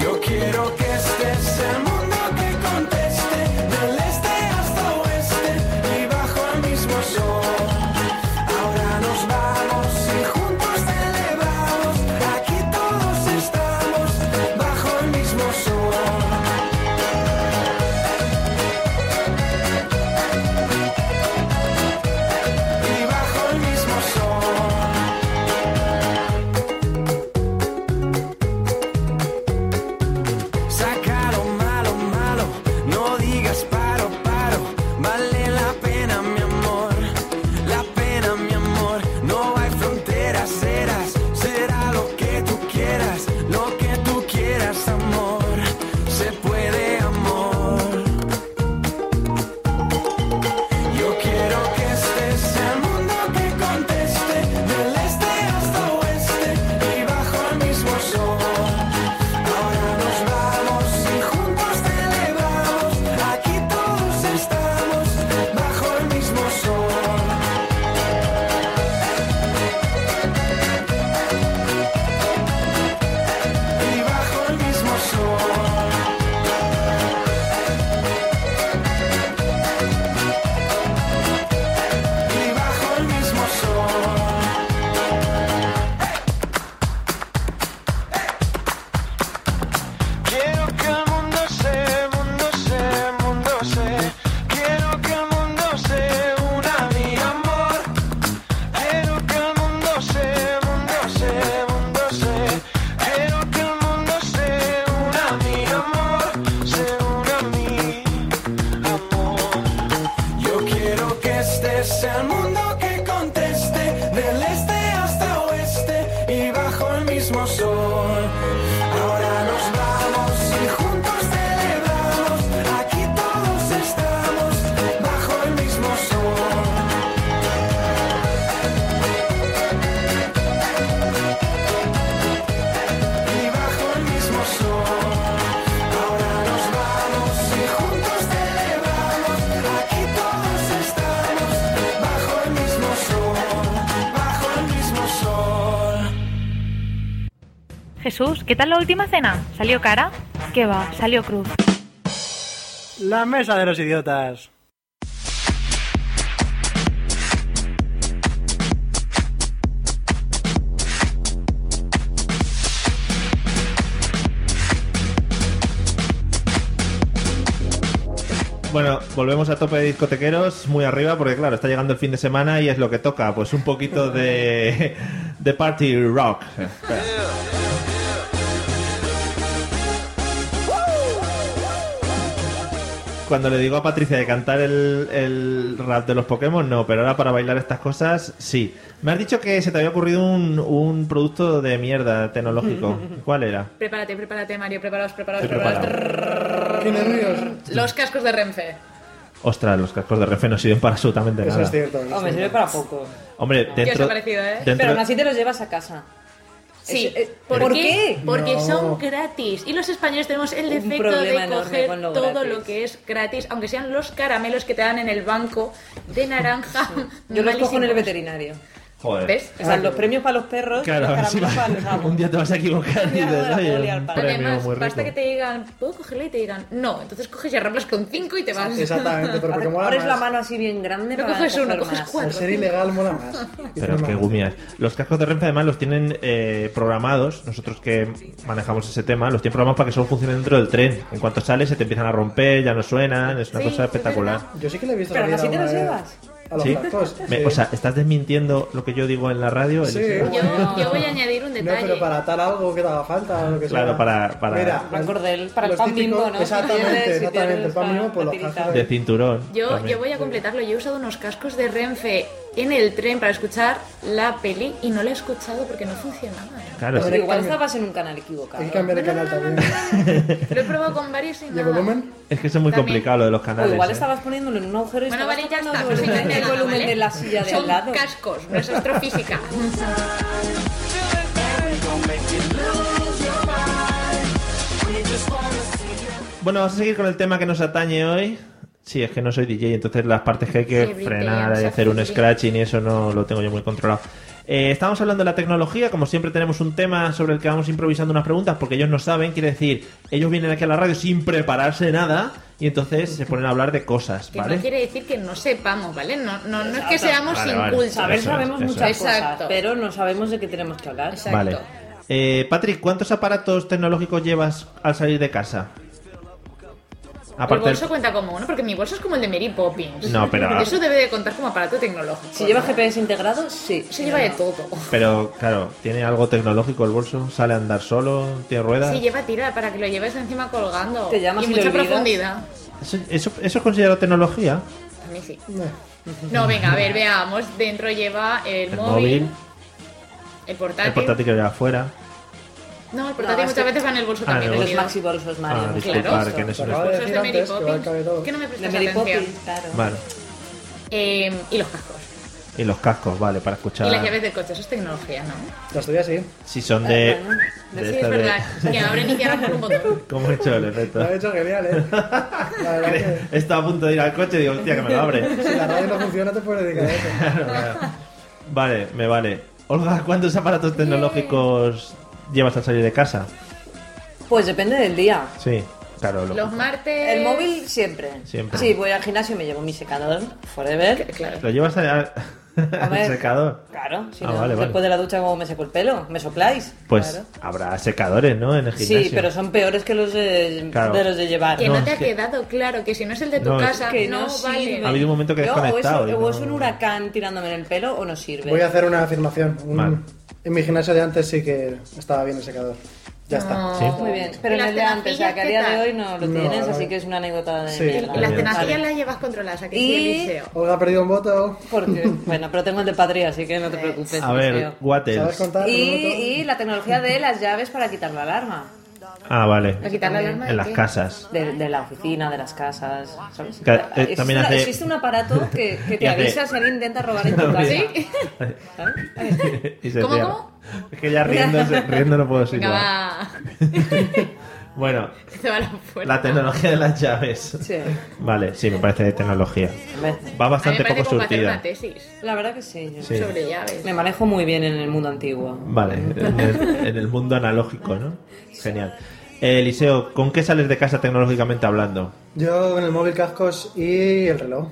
Yo quiero que estés el mundo que conteste, del este hasta oeste y bajo el mismo sol. Ahora nos vamos y juntos celebramos, aquí todos estamos bajo el mismo sol. Y bajo el mismo sol. Saca lo malo, malo, no digas paro, paro, vale la pena mi amor, la pena mi amor, no hay fronteras, serás, será lo que tú quieras, lo que tú quieras amor, se puede amor. Yo quiero que estés el mundo que conteste, del este hasta oeste y bajo el mismo sol. Ahora nos vamos y juntos celebramos, aquí todos estamos bajo el mismo sol. Y bajo el mismo sol. Y bajo el mismo sol. Quiero que el mundo se, mundo se, mundo se. Quiero que el mundo se una a mi amor. Quiero que el mundo se, mundo se, mundo se. Quiero que el mundo se una a mi amor. Se una a mi amor. Yo quiero que estés el mundo que conteste, del este hasta oeste y bajo el mismo sol. Ahora nos vamos y juntos celebramos, aquí todos estamos bajo el mismo sol. Y bajo el mismo sol. Ahora nos vamos y juntos celebramos, aquí todos estamos bajo el mismo sol, bajo el mismo sol. Jesús, ¿qué tal la última cena? ¿Salió cara? ¿Qué va? Salió cruz. La mesa de los idiotas. Bueno, volvemos a tope de discotequeros, muy arriba, porque claro, está llegando el fin de semana y es lo que toca, pues un poquito de, de party rock. Espera. Cuando le digo a Patricia de cantar el, el rap de los Pokémon, no, pero ahora para bailar estas cosas, sí. Me has dicho que se te había ocurrido un, un producto de mierda tecnológico. ¿Cuál era? Prepárate, prepárate, Mario. Preparaos, preparaos, Estoy preparaos. ¡Qué nervios! Los cascos de Renfe. Ostras, los cascos de refe no sirven para absolutamente Eso nada. es cierto. eso es Hombre, sirve cierto. para poco. Hombre, dentro, ha parecido, ¿eh? dentro- Pero aún así te los llevas a casa. Sí, Es- eh, ¿por, ¿por qué? qué? Porque No. son gratis. Y los españoles tenemos el Un defecto de problema enorme coger con lo todo gratis. lo que es gratis, aunque sean los caramelos que te dan en el banco de naranja. Yo los cojo en el malísimos. veterinario. Joder. ¿Ves? Están los premios para los perros y los Claro, sí, caramelos va. para los amos. un día te vas a equivocar y Ya, dices, bueno, oye, puedo un liar para- premio Además, muy basta rico. que te digan, ¿puedo cogerla? Y te digan, no. Entonces coges y arreglas con cinco y te vas. Exactamente, pero porque mola Pones la más. mano así bien grande. No para coges uno, coger coges más. Al ser ilegal mola más. Pero qué gumias. Los cascos de Renfe además los tienen eh, programados, nosotros que manejamos ese tema, los tienen programados para que solo funcionen dentro del tren. En cuanto sales se te empiezan a romper, ya no suenan, es una Sí, cosa es espectacular. Yo sí que le he visto Pero aún salir así te los alguna vez llevas. A los ¿Sí? cascos, Me- sí. O sea, ¿estás desmintiendo lo que yo digo en la radio? Sí. Eliseo? Yo, yo voy a añadir un No, detalle. pero para atar algo que te haga falta o lo que sea. Claro, para- para- Mira, Para el cordel, para el los pan típicos- bimbo, ¿no? Si tienes- si Exactamente, exactamente. tienes El pan bimbo, pan, pues los tirita. cascos. De cinturón. Yo, también. yo voy a completarlo. Yo he usado unos cascos de Renfe en el tren para escuchar la peli y no la he escuchado porque no funcionaba. Claro, sí. Pero igual estabas en un canal equivocado. Hay que cambiar el canal también. Lo he probado con varios y ¿Y el nada. volumen? es que eso es muy También. Pues complicado lo de los O canales. igual ¿eh? estabas poniéndolo en un agujero y Bueno, estabas vale, ya está. tocando No se el, invente el nada, volumen ¿vale? de la silla de Son al lado. cascos, no es astrofísica. Bueno, vamos a seguir con el tema que nos atañe hoy. Sí, es que no soy DJ, entonces las partes que hay que Everything frenar y else hacer un everything. scratching y eso no lo tengo yo muy controlado. Eh, estamos hablando de la tecnología, como siempre tenemos un tema sobre el que vamos improvisando unas preguntas porque ellos no saben, quiere decir, ellos vienen aquí a la radio sin prepararse nada y entonces se ponen a hablar de cosas, Que ¿vale? no quiere decir que no sepamos, ¿vale? No, no, no es que seamos Vale, vale. incultos. Saber Eso es, sabemos eso muchas es. cosas, Exacto. pero no sabemos de qué tenemos que hablar. Exacto. Vale. Eh, Patrick, ¿cuántos aparatos tecnológicos llevas al salir de casa? El Aparte del- bolso cuenta como uno, porque mi bolso es como el de Mary Poppins. No, pero- Eso debe de contar como aparato tecnológico. Si llevas GPS integrado, sí. Se lleva de todo. Pero claro, ¿tiene algo tecnológico el bolso? ¿Sale a andar solo? ¿Tiene ruedas? Se lleva tira para que lo lleves encima colgando. Te llamas y y lo mucha olvidas. profundidad. ¿Eso, eso, eso es considerado tecnología? A mí sí. No. No, venga, a ver, veamos. Dentro lleva el, El móvil, móvil, el portátil. el portátil que lleva afuera. No, el No, portátil es muchas que- veces va en el bolso Ah, en también. el Los bolso. olvidado. maxi bolsos, Mario. Ah, hemos disculpar, visto. que no es Te un acabo de Bolsos decir de Mary antes que va a Poppins. caber todo. Que no me De prestas Mary atención. Poppins, claro. Vale. Eh, y los cascos. Y los cascos, vale, para escuchar. Y las llaves del coche. Eso es tecnología, ¿no? Las tuyas sí. Si son de. Ah, bueno. de sí, es esta de- verdad. Que abren y cierran por un botón. ¿Cómo he hecho el efecto? Lo has hecho genial, ¿eh? La verdad que He estado a punto de ir al coche y digo, hostia, que me lo abre. si la radio no funciona te puedes dedicar a eso. Claro, claro. Vale, me vale. Olga, ¿cuántos aparatos tecnológicos llevas al salir de casa? Pues depende del día. Sí, claro. Lo, Los martes. El móvil siempre. Siempre. Sí, voy al gimnasio y me llevo mi secador, Que- forever. Claro. ¿Lo llevas al, al- A al ver. secador? Claro, si Ah, no, vale, después vale. de la ducha como me seco el pelo, me sopláis. Pues Claro. habrá secadores, ¿no? En el gimnasio. Sí, pero son peores que los de, Claro. de los de llevar. Que No, no, es te ha que- quedado claro que si no es el de tu No, es- Ah, casa, que no, no, vale. sirve. Ha habido un momento que he No, o es- desconectado y O es no- un huracán tirándome en el pelo o no sirve. Voy a hacer una afirmación. Un- Vale. En mi gimnasio de antes sí que estaba bien el secador. Ya está. Sí. Muy bien, pero ¿Y en las el de antes, o sea, que a tenacillas día de qué tal? hoy no lo No, tienes, vale. así que es una anécdota de Sí. mierda. Y las Eh, Vale. tenacillas las llevas controladas aquí Y- en el liceo. Olga ha perdido un voto. Porque- bueno, pero tengo el de Patria, así que no te preocupes. A ver, Eliseo. what else? ¿Sabes contar? Y, con un voto? y la tecnología de las llaves para quitar la alarma. Ah, vale. ¿A quitar la alarma de En las qué? casas. De, de la oficina, de las casas. ¿sabes? Que, eh, existe, también una- hace- existe un aparato que, que Y te hace- avisa si alguien intenta robar en tu casa. ¿Sí? ¿Sabes? Y se ¿Cómo, ría. cómo? Es que ya riéndose- riendo no puedo Venga, seguir. va. Bueno, Se va la fuerza. la tecnología de las llaves. Sí. Vale, sí, me parece de tecnología. Hombre, Va A mí me bastante parece poco como para hacer surtida. una tesis La verdad que sí. yo- Sí. sobre llaves. Me manejo muy bien en el mundo antiguo. Vale, en el, en el mundo analógico, ¿no? Genial. Eh, Eliseo, ¿con qué sales de casa tecnológicamente hablando? Yo con el móvil, cascos y el reloj.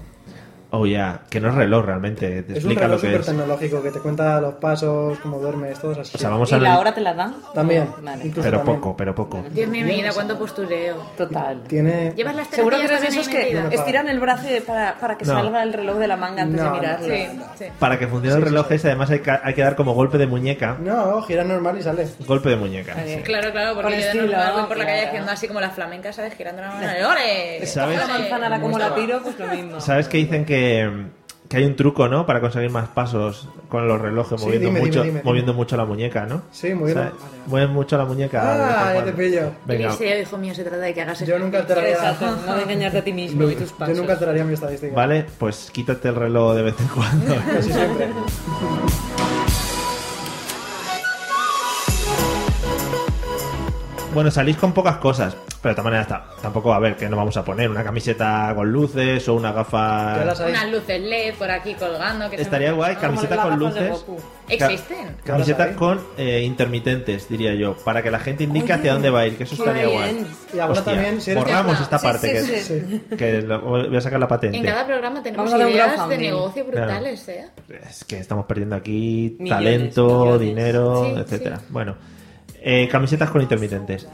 Oh, ya, que no es reloj realmente. Te Es un explica reloj lo que súper es. tecnológico que te cuenta los pasos, cómo duermes, todo así. O sea, vamos a ¿Y la anal- hora te la dan? También. Vale. incluso Pero también. poco, pero poco. Dios mío, mi vida, cuánto postureo. Total. Tiene... Llevas las Seguro que tenacillas eres de también esos ahí que metidas? estiran el brazo y para, para que No. salga el reloj de la manga antes No, de mirarlo. no, Sí, sí. Para que funcione el reloj ese, además hay que, hay que dar como golpe de muñeca. No, gira normal y sale. Golpe de muñeca. Ahí. sí. Claro, claro, Con porque yo de estilo, normal voy por la claro. calle haciendo así como la flamenca, ¿sabes? Girando la mano. y ¡Ole! ¿Sabes? La manzana, la como la tiro, pues lo mismo. ¿Sabes que dicen que, que hay un truco, ¿no? Para conseguir más pasos con los relojes, Sí, moviendo, dime, dime, mucho, dime, dime. moviendo mucho la muñeca, ¿no? Sí, moviendo- ¿Sabes? vale, vale. Mueves mucho la muñeca. de vez en Ah, ya cuando. te pillo. Venga, Eliseo, hijo mío, se trata de que hagas Yo nunca alteraría... Exacto, no de engañarte a ti mismo y tus Yo pasos. nunca alteraría mi estadística. vale, pues quítate el reloj de vez en cuando. Casi siempre. Bueno, salís con pocas cosas, pero de todas maneras ta- tampoco, a ver, que nos vamos a poner una camiseta con luces o una gafa... Unas luces LED por aquí colgando. Que se Estaría me- guay, Como camiseta las con gafas de luces. Goku. Ca- Existen. Camiseta con eh, intermitentes, diría yo, para que la gente indique Oye, hacia dónde va a ir, que eso qué estaría bien. guay. Y ahora también, si eres- borramos Sí, esta sí, parte, sí, que, sí. que lo- voy a sacar la patente. En cada programa tenemos Vamos a dar un ideas de crowdfunding. negocio Claro. brutales, ¿eh? Es que estamos perdiendo aquí Millones, talento, millones. dinero, Sí, etcétera. sí. Bueno, eh, camisetas con intermitentes.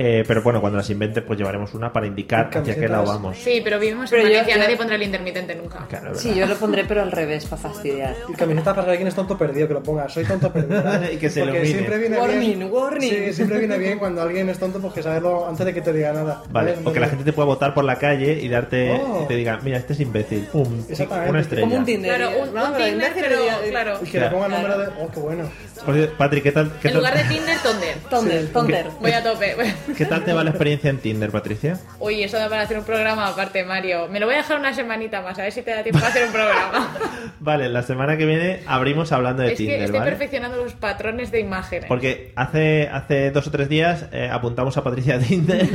Eh, pero bueno, cuando las inventes, pues llevaremos una para indicar hacia qué lado vamos. Sí, pero vivimos Pero en yo- Valencia, yo- nadie pondrá el intermitente nunca. Claro, es Sí, yo lo pondré, pero al revés, para fastidiar. Y camiseta para alguien es tonto perdido, que lo ponga. Soy tonto perdido. Y que se Porque ilumine. siempre viene Warning, bien. warning. Sí, siempre viene bien cuando alguien es tonto, pues que saberlo antes de que te diga nada. Vale, o que la gente te pueda votar por la calle y darte Oh. y te diga, mira, este es imbécil, pum, Exactamente. una estrella. Como un Tinder, Claro, digamos, un- ¿no? un Pero Tinder, imbécil pero- diría- claro. Y que le Claro. ponga número de. Oh, qué bueno. Oye, Patrick, ¿qué tal, qué, En lugar de tal, Tinder, Tonder. Tonder, Tonder. Voy a tope. voy a- qué tal te va la experiencia en Tinder, Patricia? Oye, eso da para hacer un programa aparte, Mario. Me lo voy a dejar una semanita más, a ver si te da tiempo a hacer un programa. Vale, la semana que viene abrimos hablando de es Tinder, que estoy ¿vale? perfeccionando los patrones de imágenes. Porque hace, hace dos o tres días eh, apuntamos a Patricia a Tinder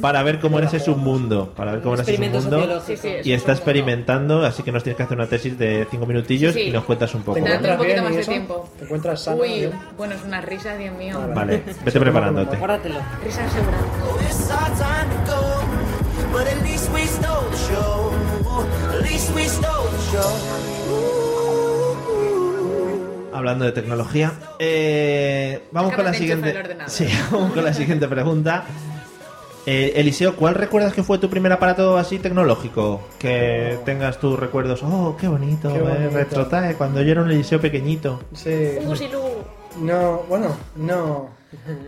para ver cómo era ese submundo. Para ver cómo era ese Experimento submundo. sociológico. Sí, sí, es Y está un mundo. experimentando, así que nos tienes que hacer una tesis de cinco minutillos Sí, sí. y nos cuentas un poco. ¿Te Dame encuentras un poquito bien más y de eso? tiempo. ¿Te encuentras sano? Uy, bien? bueno, es una risa, Dios mío. Ah, Vale, vete preparándote. Guárdatelo. Risa asegurada. It's our time to go, but at least we stole the show. At least we stole the show. Hablando de tecnología, eh, vamos Déjame con la que siguiente. enchufe el ordenador. Sí, vamos con la siguiente pregunta. Eh, Eliseo, ¿cuál recuerdas que fue tu primer aparato así tecnológico? Que tengas tus recuerdos. Oh, qué bonito, Qué eh, bonito. retrotrae, Cuando yo era un Eliseo pequeñito. Sí. Un gusilú. No, bueno, no.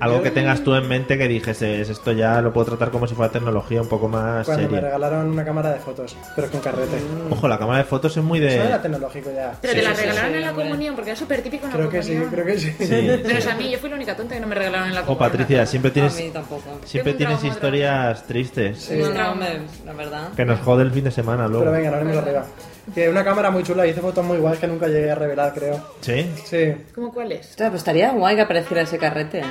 Algo Yo- que tengas tú en mente que dijeses, esto ya lo puedo tratar como si fuera tecnología un poco más Cuando me seria. regalaron una cámara de fotos, pero con carrete. Ojo, la cámara de fotos es muy Eso era de... tecnológico ya. Pero Sí, te la sí, sí, regalaron en la hombre. comunión, porque era súper típico en la Creo que sí, comunión. creo que sí. Sí. Pero es a mí, yo fui la única tonta que no me regalaron en la O comunión. Patricia, siempre A tienes, mí tampoco. siempre Tengo un tienes trauma, historias tristes No, no, me- la verdad. que nos jode el fin de semana Pero luego. venga, no haremos arriba. Que una cámara muy chula, hice fotos muy guays que nunca llegué a revelar, creo. ¿Sí? Sí. ¿Cómo cuál es? Hostia, pues estaría guay que apareciera ese carrete, ¿eh?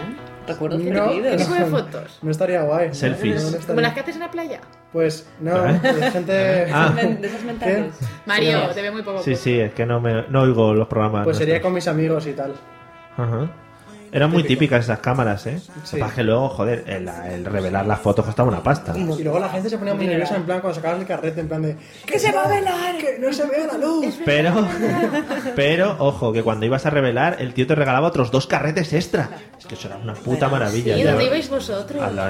Recuerdo que No, ¿Qué no. tipo de fotos? No estaría guay. Selfies. No, no estaría- ¿Como las que haces en la playa? Pues no, hay gente. ¿Eh? Ah. Men- De esas mentales. Mario, te ve muy poco. Sí, sí, es que no, me, no oigo los programas. Pues sería nuestros. con mis amigos y tal. Ajá. Eran muy típicas esas cámaras, ¿eh? Sí. Pasa que luego, joder, el, el revelar las fotos costaba una pasta. Y luego la gente se ponía muy nerviosa en plan cuando sacabas el carrete, en plan de. ¡Que se va a velar! ¡Que no se vea la luz! Pero, pero, ojo, que cuando ibas a revelar, el tío te regalaba otros dos carretes extra. Es que eso era una puta maravilla. ¿Y ya. dónde ibais vosotros? A la-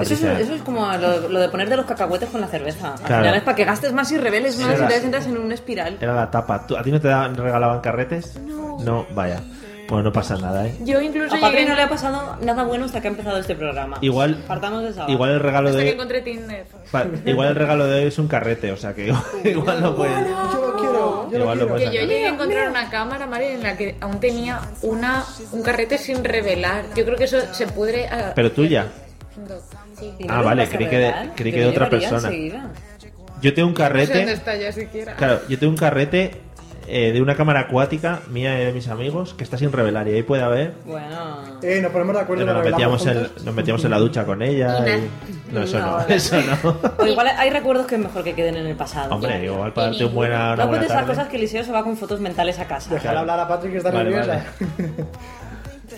Eso es, Patricia, eso es como lo, lo de ponerte los cacahuetes con la cerveza. Al Claro. final es para que gastes más y reveles más Era- y te entras en una espiral. era la tapa. ¿Tú- ¿A ti no te daban- regalaban carretes? No. vaya. Bueno, no pasa nada, ¿eh? Yo incluso A Patri llegué no le ha pasado nada bueno hasta que ha empezado este programa. Igual, Partamos de esa base. igual el regalo hasta que de... encontré Tinder. pa- Igual el regalo de hoy es un carrete, o sea que igual no puedes... Yo lo quiero, yo Igual lo lo puedes pues quiero. Que yo sacar. llegué a encontrar una cámara, Mario, en la que aún tenía una, un carrete sin revelar. Yo creo que eso se pudre a... Pero tuya. No, sí. Y Ah, lo vale, vas a creí que de- revelar, creí que yo de otra llevaría persona. enseguida. Yo tengo un No sé dónde carrete... está ya siquiera. Claro, yo tengo un carrete eh, de una cámara acuática mía y de mis amigos que está sin revelar y ahí puede haber Bueno. Eh, nos ponemos de acuerdo y Pero lo nos arreglamos metíamos, en, juntos. nos metíamos en la ducha con ella y... No, eso no, No, eso no. O igual hay recuerdos que es mejor que queden en el pasado. Hombre, igual para Y darte un ninguna. buena, una no buena cuentes esas tarde. cosas que Eliseo se va con fotos mentales a casa. Dejar hablar a Patrick que está Vale, nerviosa.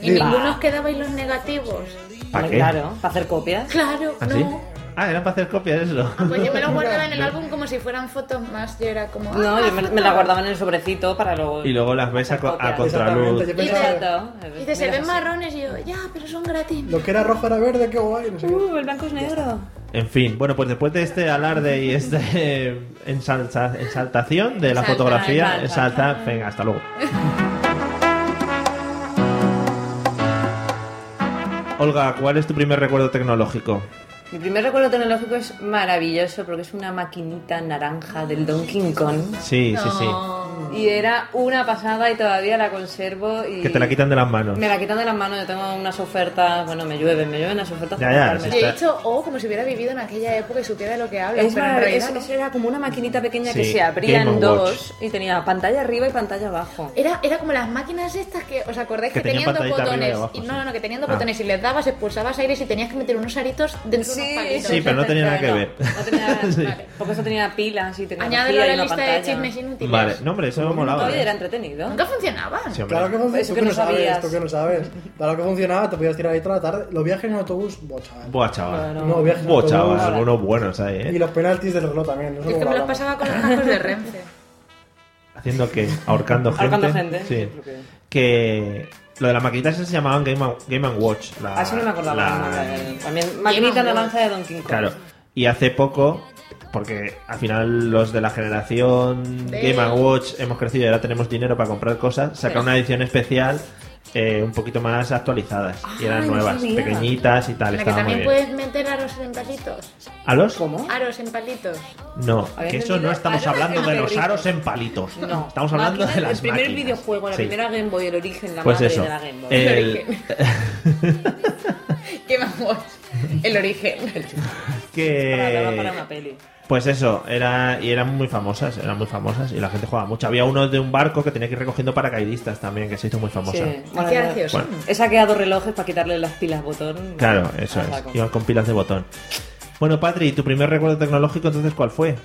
Y ninguno os quedabais los negativos. ¿Para Hombre, qué? Claro, para hacer copias. Claro, ¿Ah, sí? no. Ah, eran para hacer copias eso. Ah, Pues yo me lo guardaba en el álbum como si fueran fotos más. Yo era como. No, ah, yo me, me la guardaba en el sobrecito para luego. Y luego las ves a, co- a Copias. contraluz. Exactamente, yo Y te- pensaba. Exacto. Dice, se Mira, ven marrones y yo, ya, pero son gratis. Lo que era rojo era verde, qué guay. No sé qué. Uh, el blanco es negro. En fin, bueno, pues después de este alarde y este eh, ensalza- ensaltación de la Ensalta, fotografía, ensalta. ensalta, venga, hasta luego. Olga, ¿cuál es tu primer recuerdo tecnológico? Mi primer recuerdo tecnológico es maravilloso porque es una maquinita naranja del Donkey Kong. Sí, sí, sí. No. Y era una pasada y todavía la conservo. Y Que te la quitan de las manos. Me la quitan de las manos, yo tengo unas ofertas, bueno, me llueven, me llueven las ofertas. Ya, para ya, comprarme. sí Yo he dicho, oh, como si hubiera vivido en aquella época y supiera de lo que hablas. Es pero en maravilloso, realidad eso, no. eso era como una maquinita pequeña que Sí, se abría Game en Watch. dos y tenía pantalla arriba y pantalla abajo. Era, era como las máquinas estas que, ¿os acordáis? Que Que, tenían tenían dos pantallita arriba y botones. abajo, y, no, sí. no, no, que tenían dos Ah. botones y les dabas, expulsabas aires y tenías que meter unos aritos dentro de unos palitos. Sí, pero no tenía nada que ver. Porque eso tenía pilas y tenía Añádelo a y la una lista pantalla. de chismes inútiles. Vale, no, hombre, eso me ha molado. Todavía ¿eh? era entretenido. Nunca funcionaba. Sí, hombre. Claro que funcionaba. Eso Tú que que no no sabes, sabías. tú que no sabes. Claro que funcionaba, te podías tirar ahí toda la tarde. Los viajes en autobús, bocha. ¿eh? Buah, chaval. No, no, viajes en Buah, pues autobús. chaval. Algunos buenos ahí, Y ¿eh? los penaltis del reloj también. Eso Es que me los molaba. pasaba con los tacos de Renfe. Haciendo que, ahorcando gente. Ahorcando gente, Sí. yo creo que- Que lo de las maquinitas esas se llamaban Game, and- Game and Watch. La, Así Ah, no me acordaba. la- nunca del- También maquinita naranja de Don King Kong. Claro. Y hace poco, porque al final los de la generación De- Game and Watch hemos crecido y ahora tenemos dinero para comprar cosas, sacan Pero- una edición especial eh, un poquito más actualizadas. y Ah, eran no nuevas, sabía. pequeñitas y tal. En la que Estaba muy también bien. puedes meter aros en palitos. ¿A los? Aros en palitos. No, Había que eso entendido no estamos aros hablando en de los perritos. aros en palitos. No. Estamos hablando Máquina- de las El primer máquinas. videojuego, la Sí. primera Game Boy, el origen, la Pues madre eso. de la Game Boy. El- ¿Qué vamos? El origen. Eh, Para, para que una peli. pues eso era y eran muy famosas eran muy famosas y la gente jugaba mucho había uno de un barco que tenía que ir recogiendo paracaidistas también que se hizo muy famosa Sí. Bueno, Qué era- gracioso. Bueno. He saqueado relojes para quitarle las pilas botón. claro eso Ah, es saco. iban con pilas de botón bueno Patri tu primer recuerdo tecnológico entonces cuál fue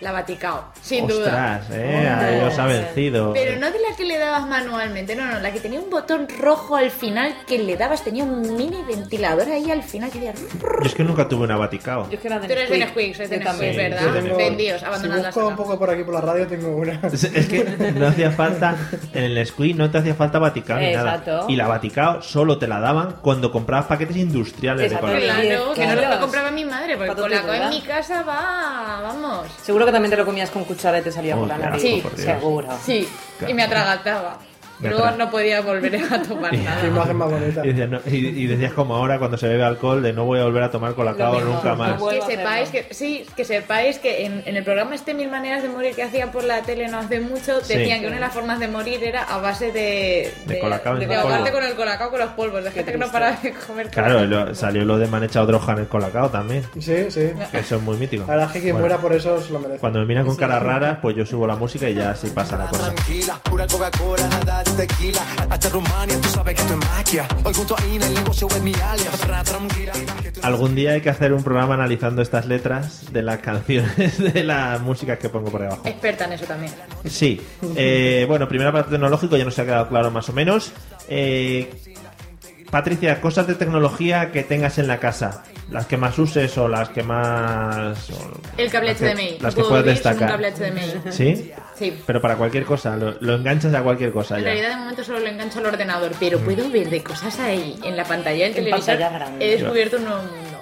La Vaticao, sin ostras duda. eh ahí os ha vencido Pero no de la que le dabas manualmente, no, no, la que tenía un botón rojo al final que le dabas, tenía un mini ventilador ahí al final que decía... yo es que nunca tuve una Vaticao Yo es que era de Tú eres de Nesquik. Nesquik, sois de Yo también. Nesquik, yo ¿verdad? también. Vendidos, Si abandonad la busco un saga. poco por aquí por la radio, tengo una. es que no hacía falta en el Squid no te hacía falta Vaticao ni nada Exacto. y la Vaticao solo te la daban cuando comprabas paquetes industriales de Exacto. colores. Claro, que no lo- Claro. lo compraba mi madre, porque Pato con la Tito, en ¿verdad? mi casa va, vamos. Seguro que también te lo comías con cuchara y te salía Oh, por la qué nariz. asco, Sí. por Dios. seguro. Sí, y me atragataba. Me Luego atra- no podía volver a tomar Qué nada. imagen más bonita. Y decías, no- y- y decías como ahora cuando se bebe alcohol de no voy a volver a tomar colacao Lo mismo, nunca no más. Que sepáis que, sí, que sepáis que en, en el programa este Mil Maneras de Morir que hacían por la tele no hace mucho, Sí. decían que una de las formas de morir era a base de, De colacao en de polvo. ahogarte con el colacao con los polvos, de gente que no triste. para de comer Claro, colacao. lo- salió lo de me han echado droga en el colacao también. Sí, sí. que Eso es muy mítico. La verdad es que quien Bueno, muera por eso se lo merece. Cuando me miran con caras raras, pues yo subo la música y ya así pasa la cosa. Tranquila, pura Coca-Cola, nada de tequila. Hasta Rumania, tú sabes que esto es magia. Hoy junto a Ina, el negocio es mi alias. Ra, tranquila, que tú- Algún día hay que hacer un programa analizando estas letras de las canciones, de las músicas que pongo por debajo. Experta en eso también. Sí. Eh, bueno, primera parte tecnológico, ya nos ha quedado claro más o menos. Eh, Patricia, cosas de tecnología que tengas en la casa. Las que más uses o las que más... o El cable las que- HDMI. Las que Puedo puedas vivir sin destacar. un cable HDMI. ¿Sí? Sí. Pero para cualquier cosa, lo, lo enganchas a cualquier cosa En ya. Mm. realidad de momento solo lo engancho al ordenador, pero puedo ver de cosas ahí en la pantalla del En televisor. pantalla grande. He descubierto un nuevo mundo.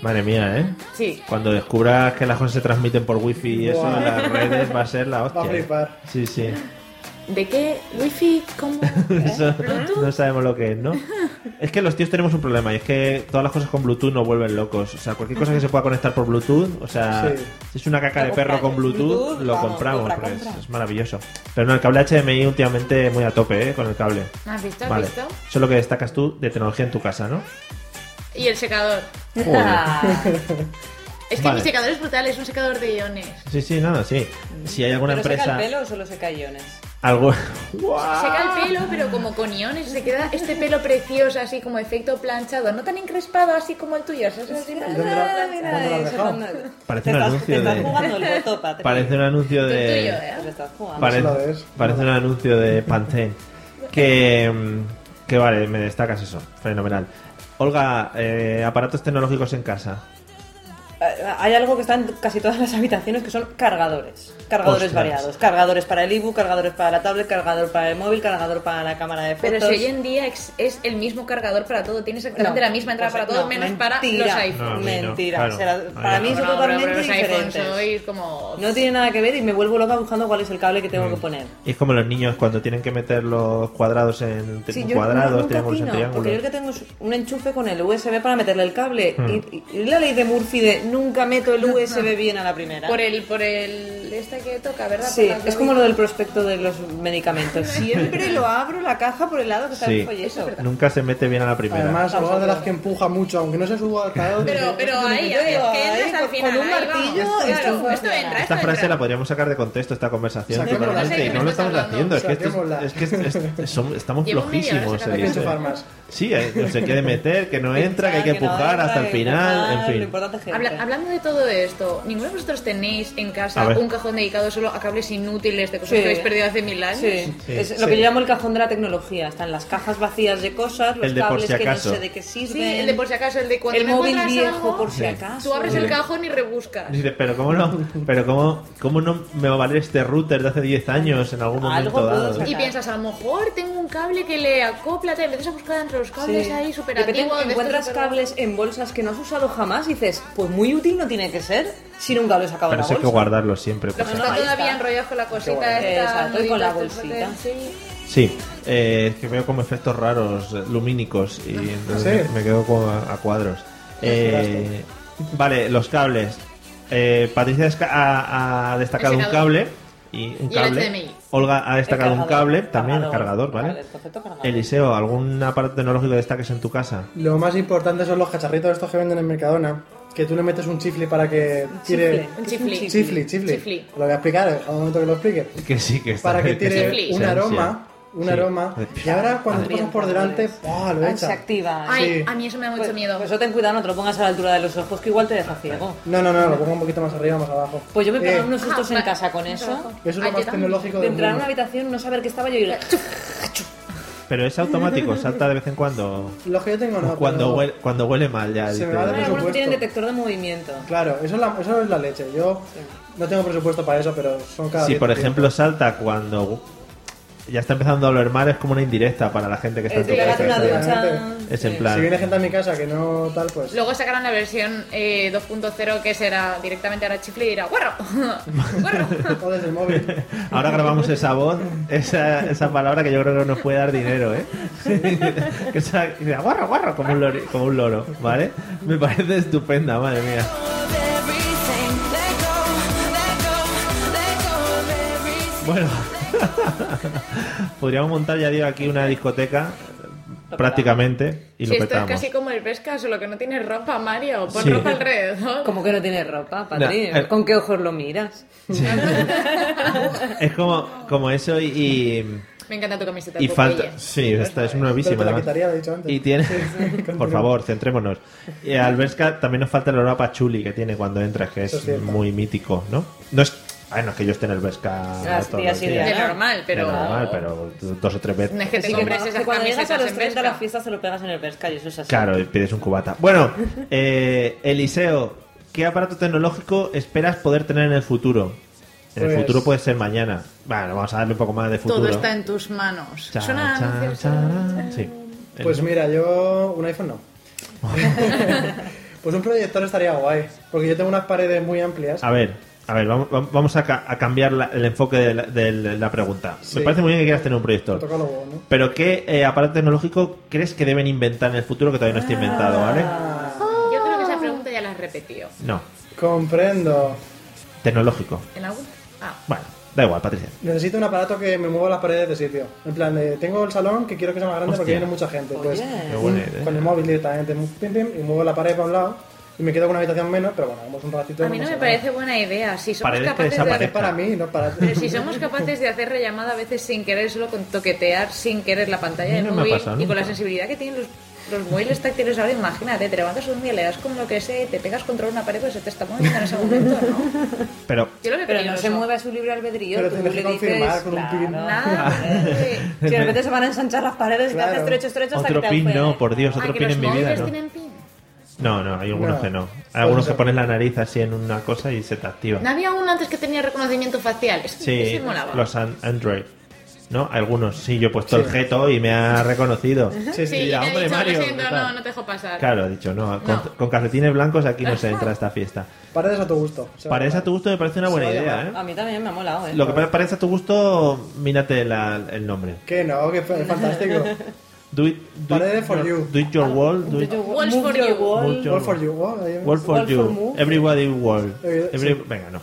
Madre mía, ¿eh? Sí. Cuando descubras que las cosas se transmiten por wifi y eso Buah. en las redes va a ser la Va a hostia. flipar. Sí, sí. ¿De qué? ¿Wifi? ¿Cómo? Eso no sabemos lo que es, ¿no? Es que los tíos tenemos un problema y es que todas las cosas con Bluetooth nos vuelven locos. O sea, cualquier cosa que se pueda conectar por Bluetooth, o sea, Sí. si es una caca Lo de perro con compras. Bluetooth, Bluetooth, lo vamos, compramos. compra, porque es- compra. Es, maravilloso. Pero no, el cable HDMI últimamente muy a tope, ¿eh? Con el cable. ¿Has visto? ¿Has Vale. visto? Eso es lo que destacas tú de tecnología en tu casa, ¿no? Y el secador. Ah. Joder. Es que Vale. mi secador es brutal, es un secador de iones. Sí, sí, nada, sí. Si hay alguna ¿Pero seca empresa... el pelo o solo seca iones? Algo... Seca Ah. el pelo, pero como con iones. Se queda este pelo precioso, así como efecto planchado. No tan encrespado, así como el tuyo. ¿sabes? Así- Ah, mira dónde lo has eso, dejado? cuando- Parece Te un estás- anuncio te estás de- jugando el voto, Patrick. Parece un anuncio El de... tuyo, ¿eh? Te estás jugando. Parece, No se la ves. parece un anuncio de Pantene. Que, mm, que vale, me destacas eso. Fenomenal. Olga, eh, aparatos tecnológicos en casa. Ah, Hay algo que está en casi todas las habitaciones que son cargadores. Cargadores Ostras. variados. Cargadores para el ebook, cargadores para la tablet, cargador para el móvil, cargador para la cámara de fotos. Pero si hoy en día es, es el mismo cargador para todo, tiene exactamente No, la misma entrada pues para todo, no, menos mentira. para los No, a iPhones. mí no, Mentira. claro. será- Ahí para no. mí son No, pero- totalmente pero los iPhones diferentes. hoy como... No tiene nada que ver y me vuelvo loca buscando cuál es el cable que tengo Mm. que poner. Y es como los niños cuando tienen que meter los cuadrados en tri- Sí, yo cuadrados, nunca triángulos en atino, Porque yo el triángulos. que tengo es un enchufe con el USB para meterle el cable. Hmm. Y, y- y la ley de Murphy de nunca meto el USB bien a la primera. Por el, por el este que toca, ¿verdad? Sí, Por la es como lo del prospecto de los medicamentos. Siempre lo abro la caja por el lado que está Sí. el folleto. Nunca se mete bien a la primera. Además, abogado de las que empuja mucho, aunque no se suba al calor. Pero, pero ahí, Yo es digo, que ahí, entras al con- final. con un ahí vamos. martillo, esto claro, funciona. esto entra, esto Esta frase entra. la podríamos sacar de contexto, esta conversación, Saquémosla. totalmente, y no lo estamos haciendo. Es que, esto- Saquémosla. es que es- es- son- estamos Llevo media hora flojísimos. sacando en esto. enchufar más. Sí, eh, no se quiere meter, que no entra, que hay que que no empujar entra, hasta el que final, empujar, lo en fin. importante es que Habla- entre. hablando de todo esto, ¿ninguno de vosotros tenéis en A casa ver. un cajón dedicado solo a cables inútiles de cosas Sí. que habéis perdido hace mil años? Sí. Sí, es sí. lo que yo llamo el cajón de la tecnología. Están las cajas vacías de cosas, los El de por cables si que no acaso. sé de qué sirven. Sí, el de por si acaso, el de cuando El no móvil encuentras viejo algo, por si Sí. acaso. Tú abres el Sí. cajón y rebuscas. Dice, pero cómo no, pero cómo, cómo no me va a valer este router de hace 10 años en algún Algo momento puedo dado. sacar. Y piensas, a lo mejor tengo un cable que le acopla, te empiezas a buscar entre los cables Sí. ahí súper De repente antiguos. de encuentras estos súper- cables en bolsas que no has usado jamás y dices, pues muy útil no tiene que ser si nunca lo he sacado de Pero la eso hay que bolsa. guardarlo siempre. Los que pues, Ah, No, están ahí todavía está. enrollados con la cosita guay. esta. Exacto, y con la nudito, este bolsita. papel, sí. Sí, eh, es que veo como efectos raros, eh, lumínicos, y Ah, entonces ¿Sí? me quedo como a, a cuadros. Eh, vale, los cables. Eh, Patricia desca- ha, ha destacado un Destacado. cable. Y un Y el cable. HDMI. Olga ha destacado un El cargador, cable, también el cargador, cargador, ¿vale? el concepto cargador. Eliseo, ¿algún aparato tecnológico que destaques en tu casa? Lo más importante son los cacharritos estos que venden en Mercadona, que tú le metes un chifle para que tire... Chifle. Un chifli. Chifle, chifle. Chifli. Lo voy a explicar, a un momento que lo explique. Que sí, que está. Para que se- tire Chifli. un se ansia. aroma, un Sí. aroma, y ahora cuando tú Abriendo pasas por delante, ¡buah, lo Ah, Se echa! activa. Ay, Sí. a mí eso me da mucho Pues- miedo. Pues eso ten cuidado, no te lo pongas a la altura de los ojos, que igual te deja ciego. No, no, no, lo pongo un poquito más arriba, más abajo. Pues yo me Eh, pegaba unos sustos Ah, en vale. casa con eso. Eso es lo Ay, yo más también. tecnológico De del entrar a una mundo. habitación, no saber qué estaba yo y ir- Pero es automático, salta de vez en cuando. Los que yo tengo no, Pues cuando, pero- huele, cuando huele mal ya. Se dice. me va a Bueno, dar- algunos supuesto. tienen detector de movimiento. Claro, eso es, la, eso es la leche. Yo no tengo presupuesto para eso, pero son cada Si diez por minutos. ejemplo salta cuando ya está empezando a oler mal, es como una indirecta para la gente que está Es de en tu pegarte una casa. ducha. ducha. Es en Sí. plan- Si viene gente a mi casa que no tal, pues... Luego sacaron la versión eh, 2.0 que será directamente ahora chifle y dirá ¡guarro! ¡guarro! O desde el móvil. Ahora grabamos esa voz, esa, esa palabra que yo creo que nos puede dar dinero, ¿eh? que esa- que sea, guarro, guarro, como un, lori- como un loro, ¿vale? Me parece estupenda, madre mía. Bueno, podríamos montar, ya digo, aquí una discoteca prácticamente y Si lo esto es petamos. casi como el pesca, solo que no tienes ropa, Mario. Pon Sí. ropa alrededor. Como que no tiene ropa, Patri. No, eh. ¿Con qué ojos lo miras? Es como, como eso y- y Me encanta tu camiseta. Y Popeye. falta. Sí, esta es nuevísima. Pero te la además. quitaría, lo he dicho antes. Y tiene. Por favor, centrémonos. Y a Alberska también nos falta el olor a pachuli que tiene cuando entras, que es, Eso es cierto. muy mítico, ¿no? No es. Ay, no es que yo esté en Alberska. Las todos tías los días. ideas. Ah, De normal, pero. De normal, pero dos o tres No es veces. que te Sí, compres cuando- esas cuando llegas a camisetas los en 30 a Bershka. la fiesta se lo pegas en el pesca y eso es así. Claro, y pides un cubata. Bueno, eh, Eliseo, ¿qué aparato tecnológico esperas poder tener en el futuro? En el Pues- futuro puede ser mañana. Bueno, vamos a darle un poco más de futuro. Todo está en tus manos. Cha, Suena cha, anuncios. cha. Sí. Pues mira, yo un iPhone no. pues un proyector estaría guay, porque yo tengo unas paredes muy amplias. A ver, a ver, vamos, vamos a, ca- a cambiar la- el enfoque de la, de la pregunta. Sí. Me parece muy bien que quieras tener un Me proyector. toca los huevos, ¿no? Pero ¿qué eh, aparato tecnológico crees que deben inventar en el futuro que todavía no está Ah. inventado, ¿vale? Yo creo que esa pregunta ya la has repetido. No, Comprendo. tecnológico. ¿En algún? Ah. Bueno, da igual, Patricia. Necesito un aparato que me mueva las paredes de sitio. En plan, de, tengo el salón que quiero que sea más grande porque Hostia. viene mucha gente. Oye. Pues, Qué buena un- idea. Con el móvil directamente, pim, pim, y muevo la pared para un lado y me quedo con una habitación menos, pero bueno, vamos un ratito. A mí no pasa me nada. parece buena idea. Si somos Parece que capaces de Es desaparece. para mí, no para ti. Pero si somos capaces de hacer rellamada a veces sin querer, solo con toquetear sin querer la pantalla A mí del no me ha móvil pasado y con nunca. la sensibilidad que tienen los, los móviles táctiles ahora, imagínate, te levantas un día, le das con lo que sea y te pegas contra una pared que se te está moviendo en ese momento, ¿no? Pero Yo lo Pero no veo peligroso. se mueve a su libre albedrío. Pero tú tienes le que dices, confirmar con un claro. pin. Nada, hombre. Si de repente se van a ensanchar las paredes y te Claro. haces estrecho, estrecho hasta otro que te pin agujeres. no, por Dios, Ah, otro que pin los en mi vida móviles no. tienen pin. No, no, hay algunos No. que no. Hay Pues algunos que eso. pones la nariz así en una cosa y se te activa. No había uno antes que tenía reconocimiento facial. Ese, Sí, ese molaba. los an- Android. ¿No? Algunos, sí, yo he puesto el Sí. geto y me ha reconocido. Sí, Sí, sí. y Ya, te he hombre, dicho, Mario, lo siento, ¿qué tal? no, no te dejo pasar. Claro, he dicho, no, con, No. con calcetines blancos aquí no se entra a esta fiesta. Paredes a tu gusto. Se va Parece a a tu gusto me parece una Se buena va a idea, llamar. ¿eh? A mí también me ha molado, ¿eh? Lo que pa- parece a tu gusto, mírate la- el nombre. Que no, que es fantástico. Do it, do it Pared for your, you. do it your wall. Ah, Do it, Walls for you. Walls your Wall for you. wall, ahí. wall for you. Everybody wall. Eh, sí. Every- Venga, no.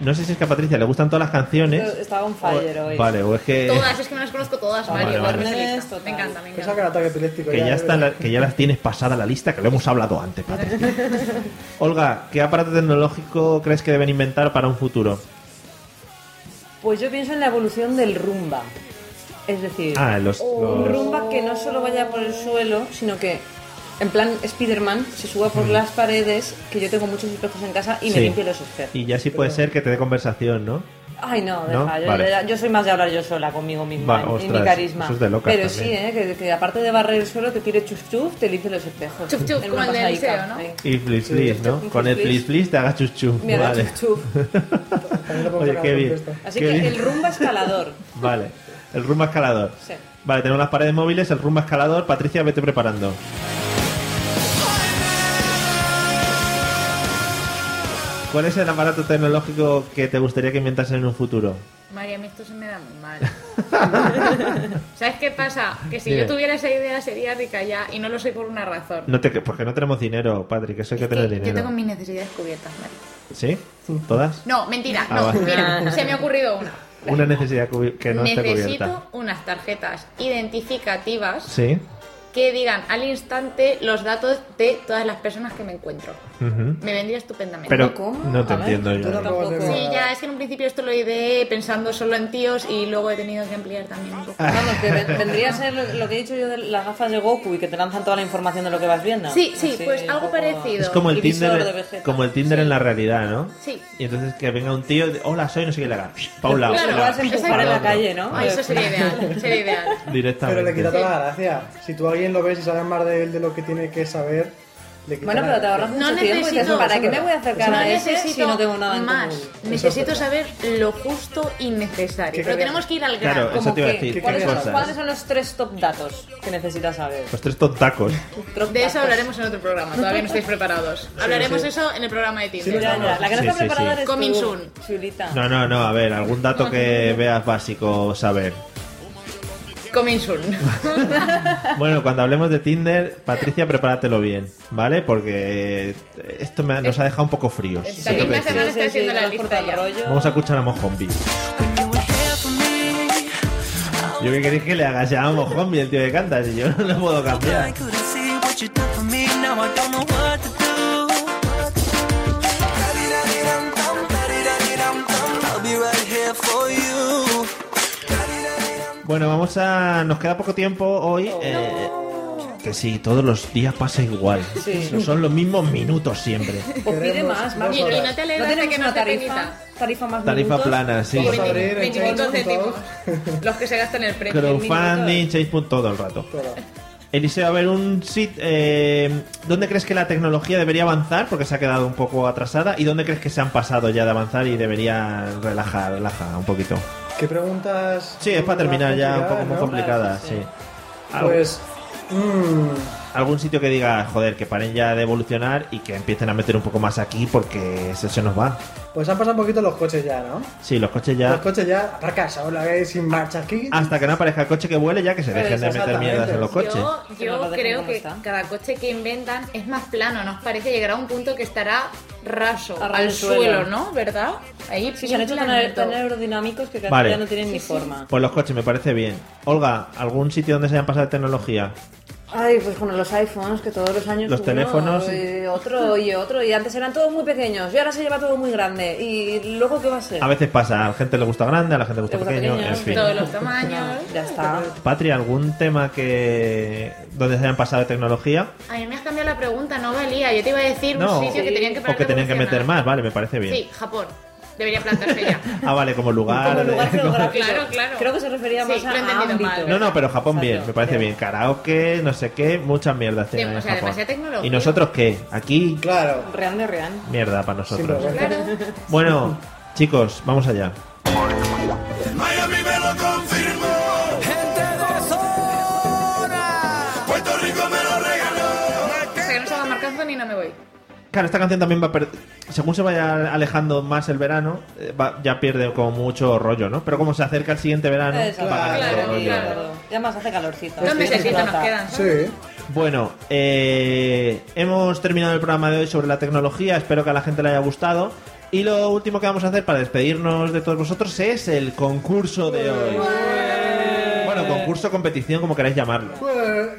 No sé si es que a Patricia le gustan todas las canciones. eh, Estaba on fire hoy. Vale, o es que, Todas, es que me las conozco todas, Ah, Mario. vale, Mario, vale. Mario, Mario. Me encanta, me Que encanta. saca el ataque epiléptico. que ya, de está verdad. la- que ya las tienes pasada la lista, que lo hemos hablado antes, Patricia. Olga, ¿qué aparato tecnológico crees que deben inventar para un futuro? Pues yo pienso en la evolución del rumba. Es decir, Ah, los- un los- rumba que no solo vaya por el suelo, sino que en plan Spider-Man se suba por las paredes, que yo tengo muchos espejos en casa y me Sí. limpio los espejos. Y ya sí puede ser que te dé conversación, ¿no? Ay, no, deja, ¿No? Yo, Vale. yo soy más de hablar yo sola conmigo misma Va, y ostras, mi carisma. eso es de locas Pero también. sí, ¿eh? que, que aparte de barrer el suelo, te tire chuf chuf, te limpio los espejos. Chuf, chuf, En como una el del pasadica, liceo, ¿no? ahí. Y flis flis, ¿no? Un Con el flis, flis flis te haga chuchu. Me haga Vale. chuf, Oye, qué bien. Así qué que bien. el rumba escalador. Vale. El rumba escalador. Sí. Vale, tenemos las paredes móviles, el rumba escalador. Patricia, vete preparando. ¿Cuál es el aparato tecnológico que te gustaría que inventasen en un futuro? María, a mí esto se me da muy mal. ¿Sabes qué pasa? Que si Dime. yo tuviera esa idea sería rica ya y no lo soy por una razón. No te, porque no tenemos dinero, Patrick, eso hay que Es que tener yo dinero. tengo mis necesidades cubiertas. María. ¿Sí? ¿Todas? No, mentira, Ah, no. vale. Mira, se me ha ocurrido una. Una necesidad cubi- que no esté cubierta. Necesito unas tarjetas identificativas Sí. que digan al instante los datos de todas las personas que me encuentro. Ujú. Me vendría estupendamente. Pero no te entiendo yo. ¿eh? Sí, ya, es que en un principio esto lo ideé pensando solo en tíos y luego he tenido que ampliar también un poco. Vamos, que ven- vendría a ser lo, lo que he dicho yo de las gafas de Goku y que te lanzan toda la información de lo que vas viendo. Sí, sí, Así, pues un algo poco- parecido. Es como el, El visor de Tinder, Vegeta. como el Tinder en la realidad, ¿no? Sí. Y entonces que venga un tío, de, hola, soy, no sé qué le haga, para un lado, Claro, para vas a empujar en la otro, calle, ¿no? Ah, eso sería ideal, sería ideal. directamente. Pero le quita toda la gracia. Si tú a alguien lo ves y sabes más de él de lo que tiene que saber, le quita Bueno, la pero te gracia. ahorras mucho No tiempo y dices, necesito- ¿para qué me voy a acercar No a ese necesito si no tengo nada en más. común? Necesito es saber lo justo y necesario. ¿Qué Pero querrías? tenemos que ir al Claro, grano. eso te iba a decir, ¿Qué ¿qué ¿Cuáles, son, cosas? cuáles son los tres top datos que necesitas saber? Los Pues tres tontacos. Top De eso datos. hablaremos en otro programa, todavía no estáis preparados. Hablaremos eso en el programa de Sí, lo Tinder. Ya, ya, La que no Sí, está sí, preparada sí. eres Coming tú, soon. chulita. No, no, no, a ver, algún dato que veas básico saber. Coming soon. Bueno, cuando hablemos de Tinder, Patricia, prepáratelo bien, ¿vale? Porque esto me ha- nos ha dejado un poco fríos. Esta siento que misma decir. semana está haciendo la vas por lista tal ya. rollo. Vamos a escuchar a Mojombi. Yo que queréis que le hagas ya a Mojombi, el tío que canta, si yo no lo puedo cambiar. Bueno, vamos a. Nos queda poco tiempo hoy. eh, que sí, todos los días pasa igual. Sí. No Son los mismos minutos siempre. Pues pide Queremos más, más dos Y, y no horas. te alegras de tenemos que una no te tarifa, permita. tarifa más Tarifa minutos? plana, sí. Vamos a abrir el 25 Change céntimos. punto Los que se gastan el premio. Crowdfunding, chase punto todo el rato. Pero, Eliseo, a ver, un sit, eh, ¿dónde crees que la tecnología debería avanzar? Porque se ha quedado un poco atrasada. ¿Y dónde crees que se han pasado ya de avanzar y debería relajar, relajar un poquito? ¿Qué preguntas? Sí, es para terminar ya un poco más complicado. complicada, sí. Algo- Pues. mm, algún sitio que diga, joder, que paren ya de evolucionar y que empiecen a meter un poco más aquí porque se, se nos va. Pues han pasado un poquito los coches ya, ¿no? Sí, los coches Los ya. Ah, coches ya, aparcas ahora que sin marcha aquí. Hasta que no aparezca el coche que vuele, ya que se Pero dejen de meter Pues, exactamente. mierdas en los coches. Yo, Que yo nos lo dejen creo como que está. cada coche que inventan es más plano, ¿nos parece? Llegará a un punto que estará raso, A ras al del suelo. suelo, ¿no? ¿Verdad? Ahí Sí, se han hecho tan, planito. tan aerodinámicos que casi Vale. ya no tienen ni forma. Pues los coches, me parece bien. Olga, ¿algún sitio donde se hayan pasado de tecnología? Ay, pues con los iPhones, que todos los años. Los teléfonos. Y otro y otro. Y antes eran todos muy pequeños. Y ahora se lleva todo muy grande. ¿Y luego qué va a ser? A veces pasa, a la gente le gusta grande, a la gente le gusta Le gusta pequeño, pequeño, en fin. Todos los tamaños. Ya está. Patria, ¿algún tema que donde se hayan pasado de tecnología? A mí me has cambiado la pregunta, no valía. Yo te iba a decir No, un sitio que tenían que parar o que de tenían que meter evolucionar. más, vale, me parece bien. Sí, Japón. Debería plantarse ya. Ah, vale, como lugar. Como lugar de- geográfico. Claro, claro. Creo que se refería Sí, más lo a he entendido ámbito. mal. No, no, pero Japón bien, Exacto, me parece creo. bien. Karaoke, no sé qué, muchas mierdas tienen o en sea, Japón. demasiada tecnología. ¿Y nosotros qué? Aquí, Claro. Real de real. mierda para Sin nosotros. vergüenza. Claro. Bueno, chicos, vamos allá. Miami me lo confirmó. Gente de zona. Puerto Rico me lo regaló. O sea, que no se haga marcazo ni no me voy. Claro, esta canción también va a perder. según se vaya alejando más el verano, eh, va- ya pierde como mucho rollo, ¿no? Pero como se acerca el siguiente verano, Eso, va ganando rollo. Ya más hace calorcito. Dos mesecitos nos Explota. quedan. Sí. Bueno, eh, hemos terminado el programa de hoy sobre la tecnología. Espero que a la gente le haya gustado. Y lo último que vamos a hacer para despedirnos de todos vosotros es el concurso de hoy. Bueno, concurso, competición, como queráis llamarlo. Pues,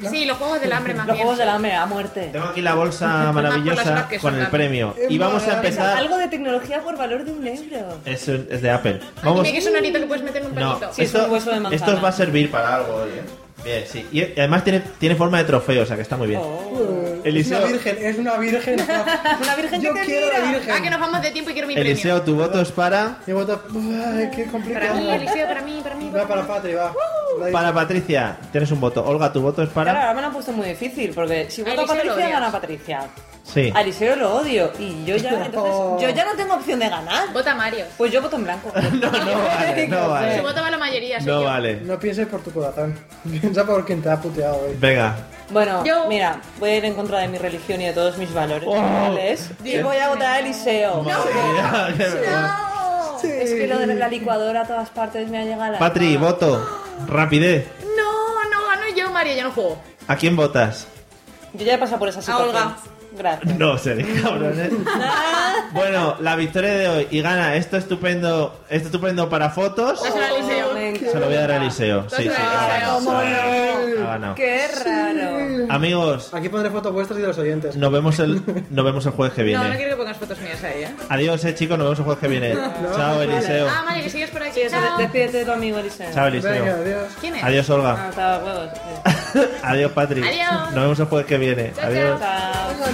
Sí, los juegos del hambre más Los bien. juegos del hambre a muerte. Tengo aquí la bolsa Más por las maravillosa horas que con son, el ¿no? premio. Y vamos a empezar. Algo de tecnología por valor de un euro. Es, un- es de Apple. Vamos. Vamos. Dime que es un arito que puedes meter en un No, palito. Sí, es un hueso de manzana. esto os va a servir para algo hoy, ¿eh? Bien, sí. Y y además tiene, tiene forma de trofeo, o sea que está muy bien. Oh. Es una Eliseo, virgen, es una virgen. Una virgen Yo que te quiero mira. la virgen. Ah, que nos vamos de tiempo y quiero mi premio. Eliseo, tu voto es para. Y vota. Ay, qué Para complicado. mí, Eliseo, para mí, para mí. Va para Patri, va. Para Patricia, tienes un voto. Olga, tu voto es Claro, para. ahora me lo han puesto muy difícil, porque si voto a Eliseo lo Patricia, odias. gana Patricia. Sí. A Eliseo lo odio y yo ya, entonces, yo ya no tengo opción de ganar. Vota Mario. Pues yo voto en blanco. No, no vale, no Su vale. voto va la mayoría, soy No yo. vale. No pienses por tu corazón. Piensa por quien te ha puteado hoy. Venga. Bueno, Yo- mira, voy a ir en contra de mi religión y de todos mis valores Oh. morales, y Dios voy a votar a Eliseo. Madre mía, qué vergüenza. Es que lo de la licuadora a todas partes me ha llegado a la... Patri, voto. Rapidez. No, no gano yo, Mario, yo no juego. ¿A quién votas? Yo ya he pasado por esa situación. Olga. Gracias. No, seréis cabrones. Bueno, la victoria de hoy y gana esto estupendo, esto estupendo para fotos. Dáselo a Eliseo. Se lo voy a dar a Eliseo. Sí, sí, Dáselo ha a ganado. Eliseo. Ha ganado. Qué raro. Amigos, Aquí pondré fotos vuestras y de los oyentes. nos vemos el, nos vemos el jueves que No, no viene. quiero que pongas fotos mías ahí, ¿eh? Adiós, eh, chicos, nos vemos el jueves que viene. Chao, Eliseo. Ah, Mario, que sigues por aquí. Sí, eso, Chao. de- despídete de tu amigo Eliseo. Chao, Venga, Eliseo. adiós. ¿Quién es? Adiós, Olga. Ah, estaba huevos. Eh. Adiós, Patri. Adiós. Nos vemos el jueves que viene. Chao, Adiós. chao.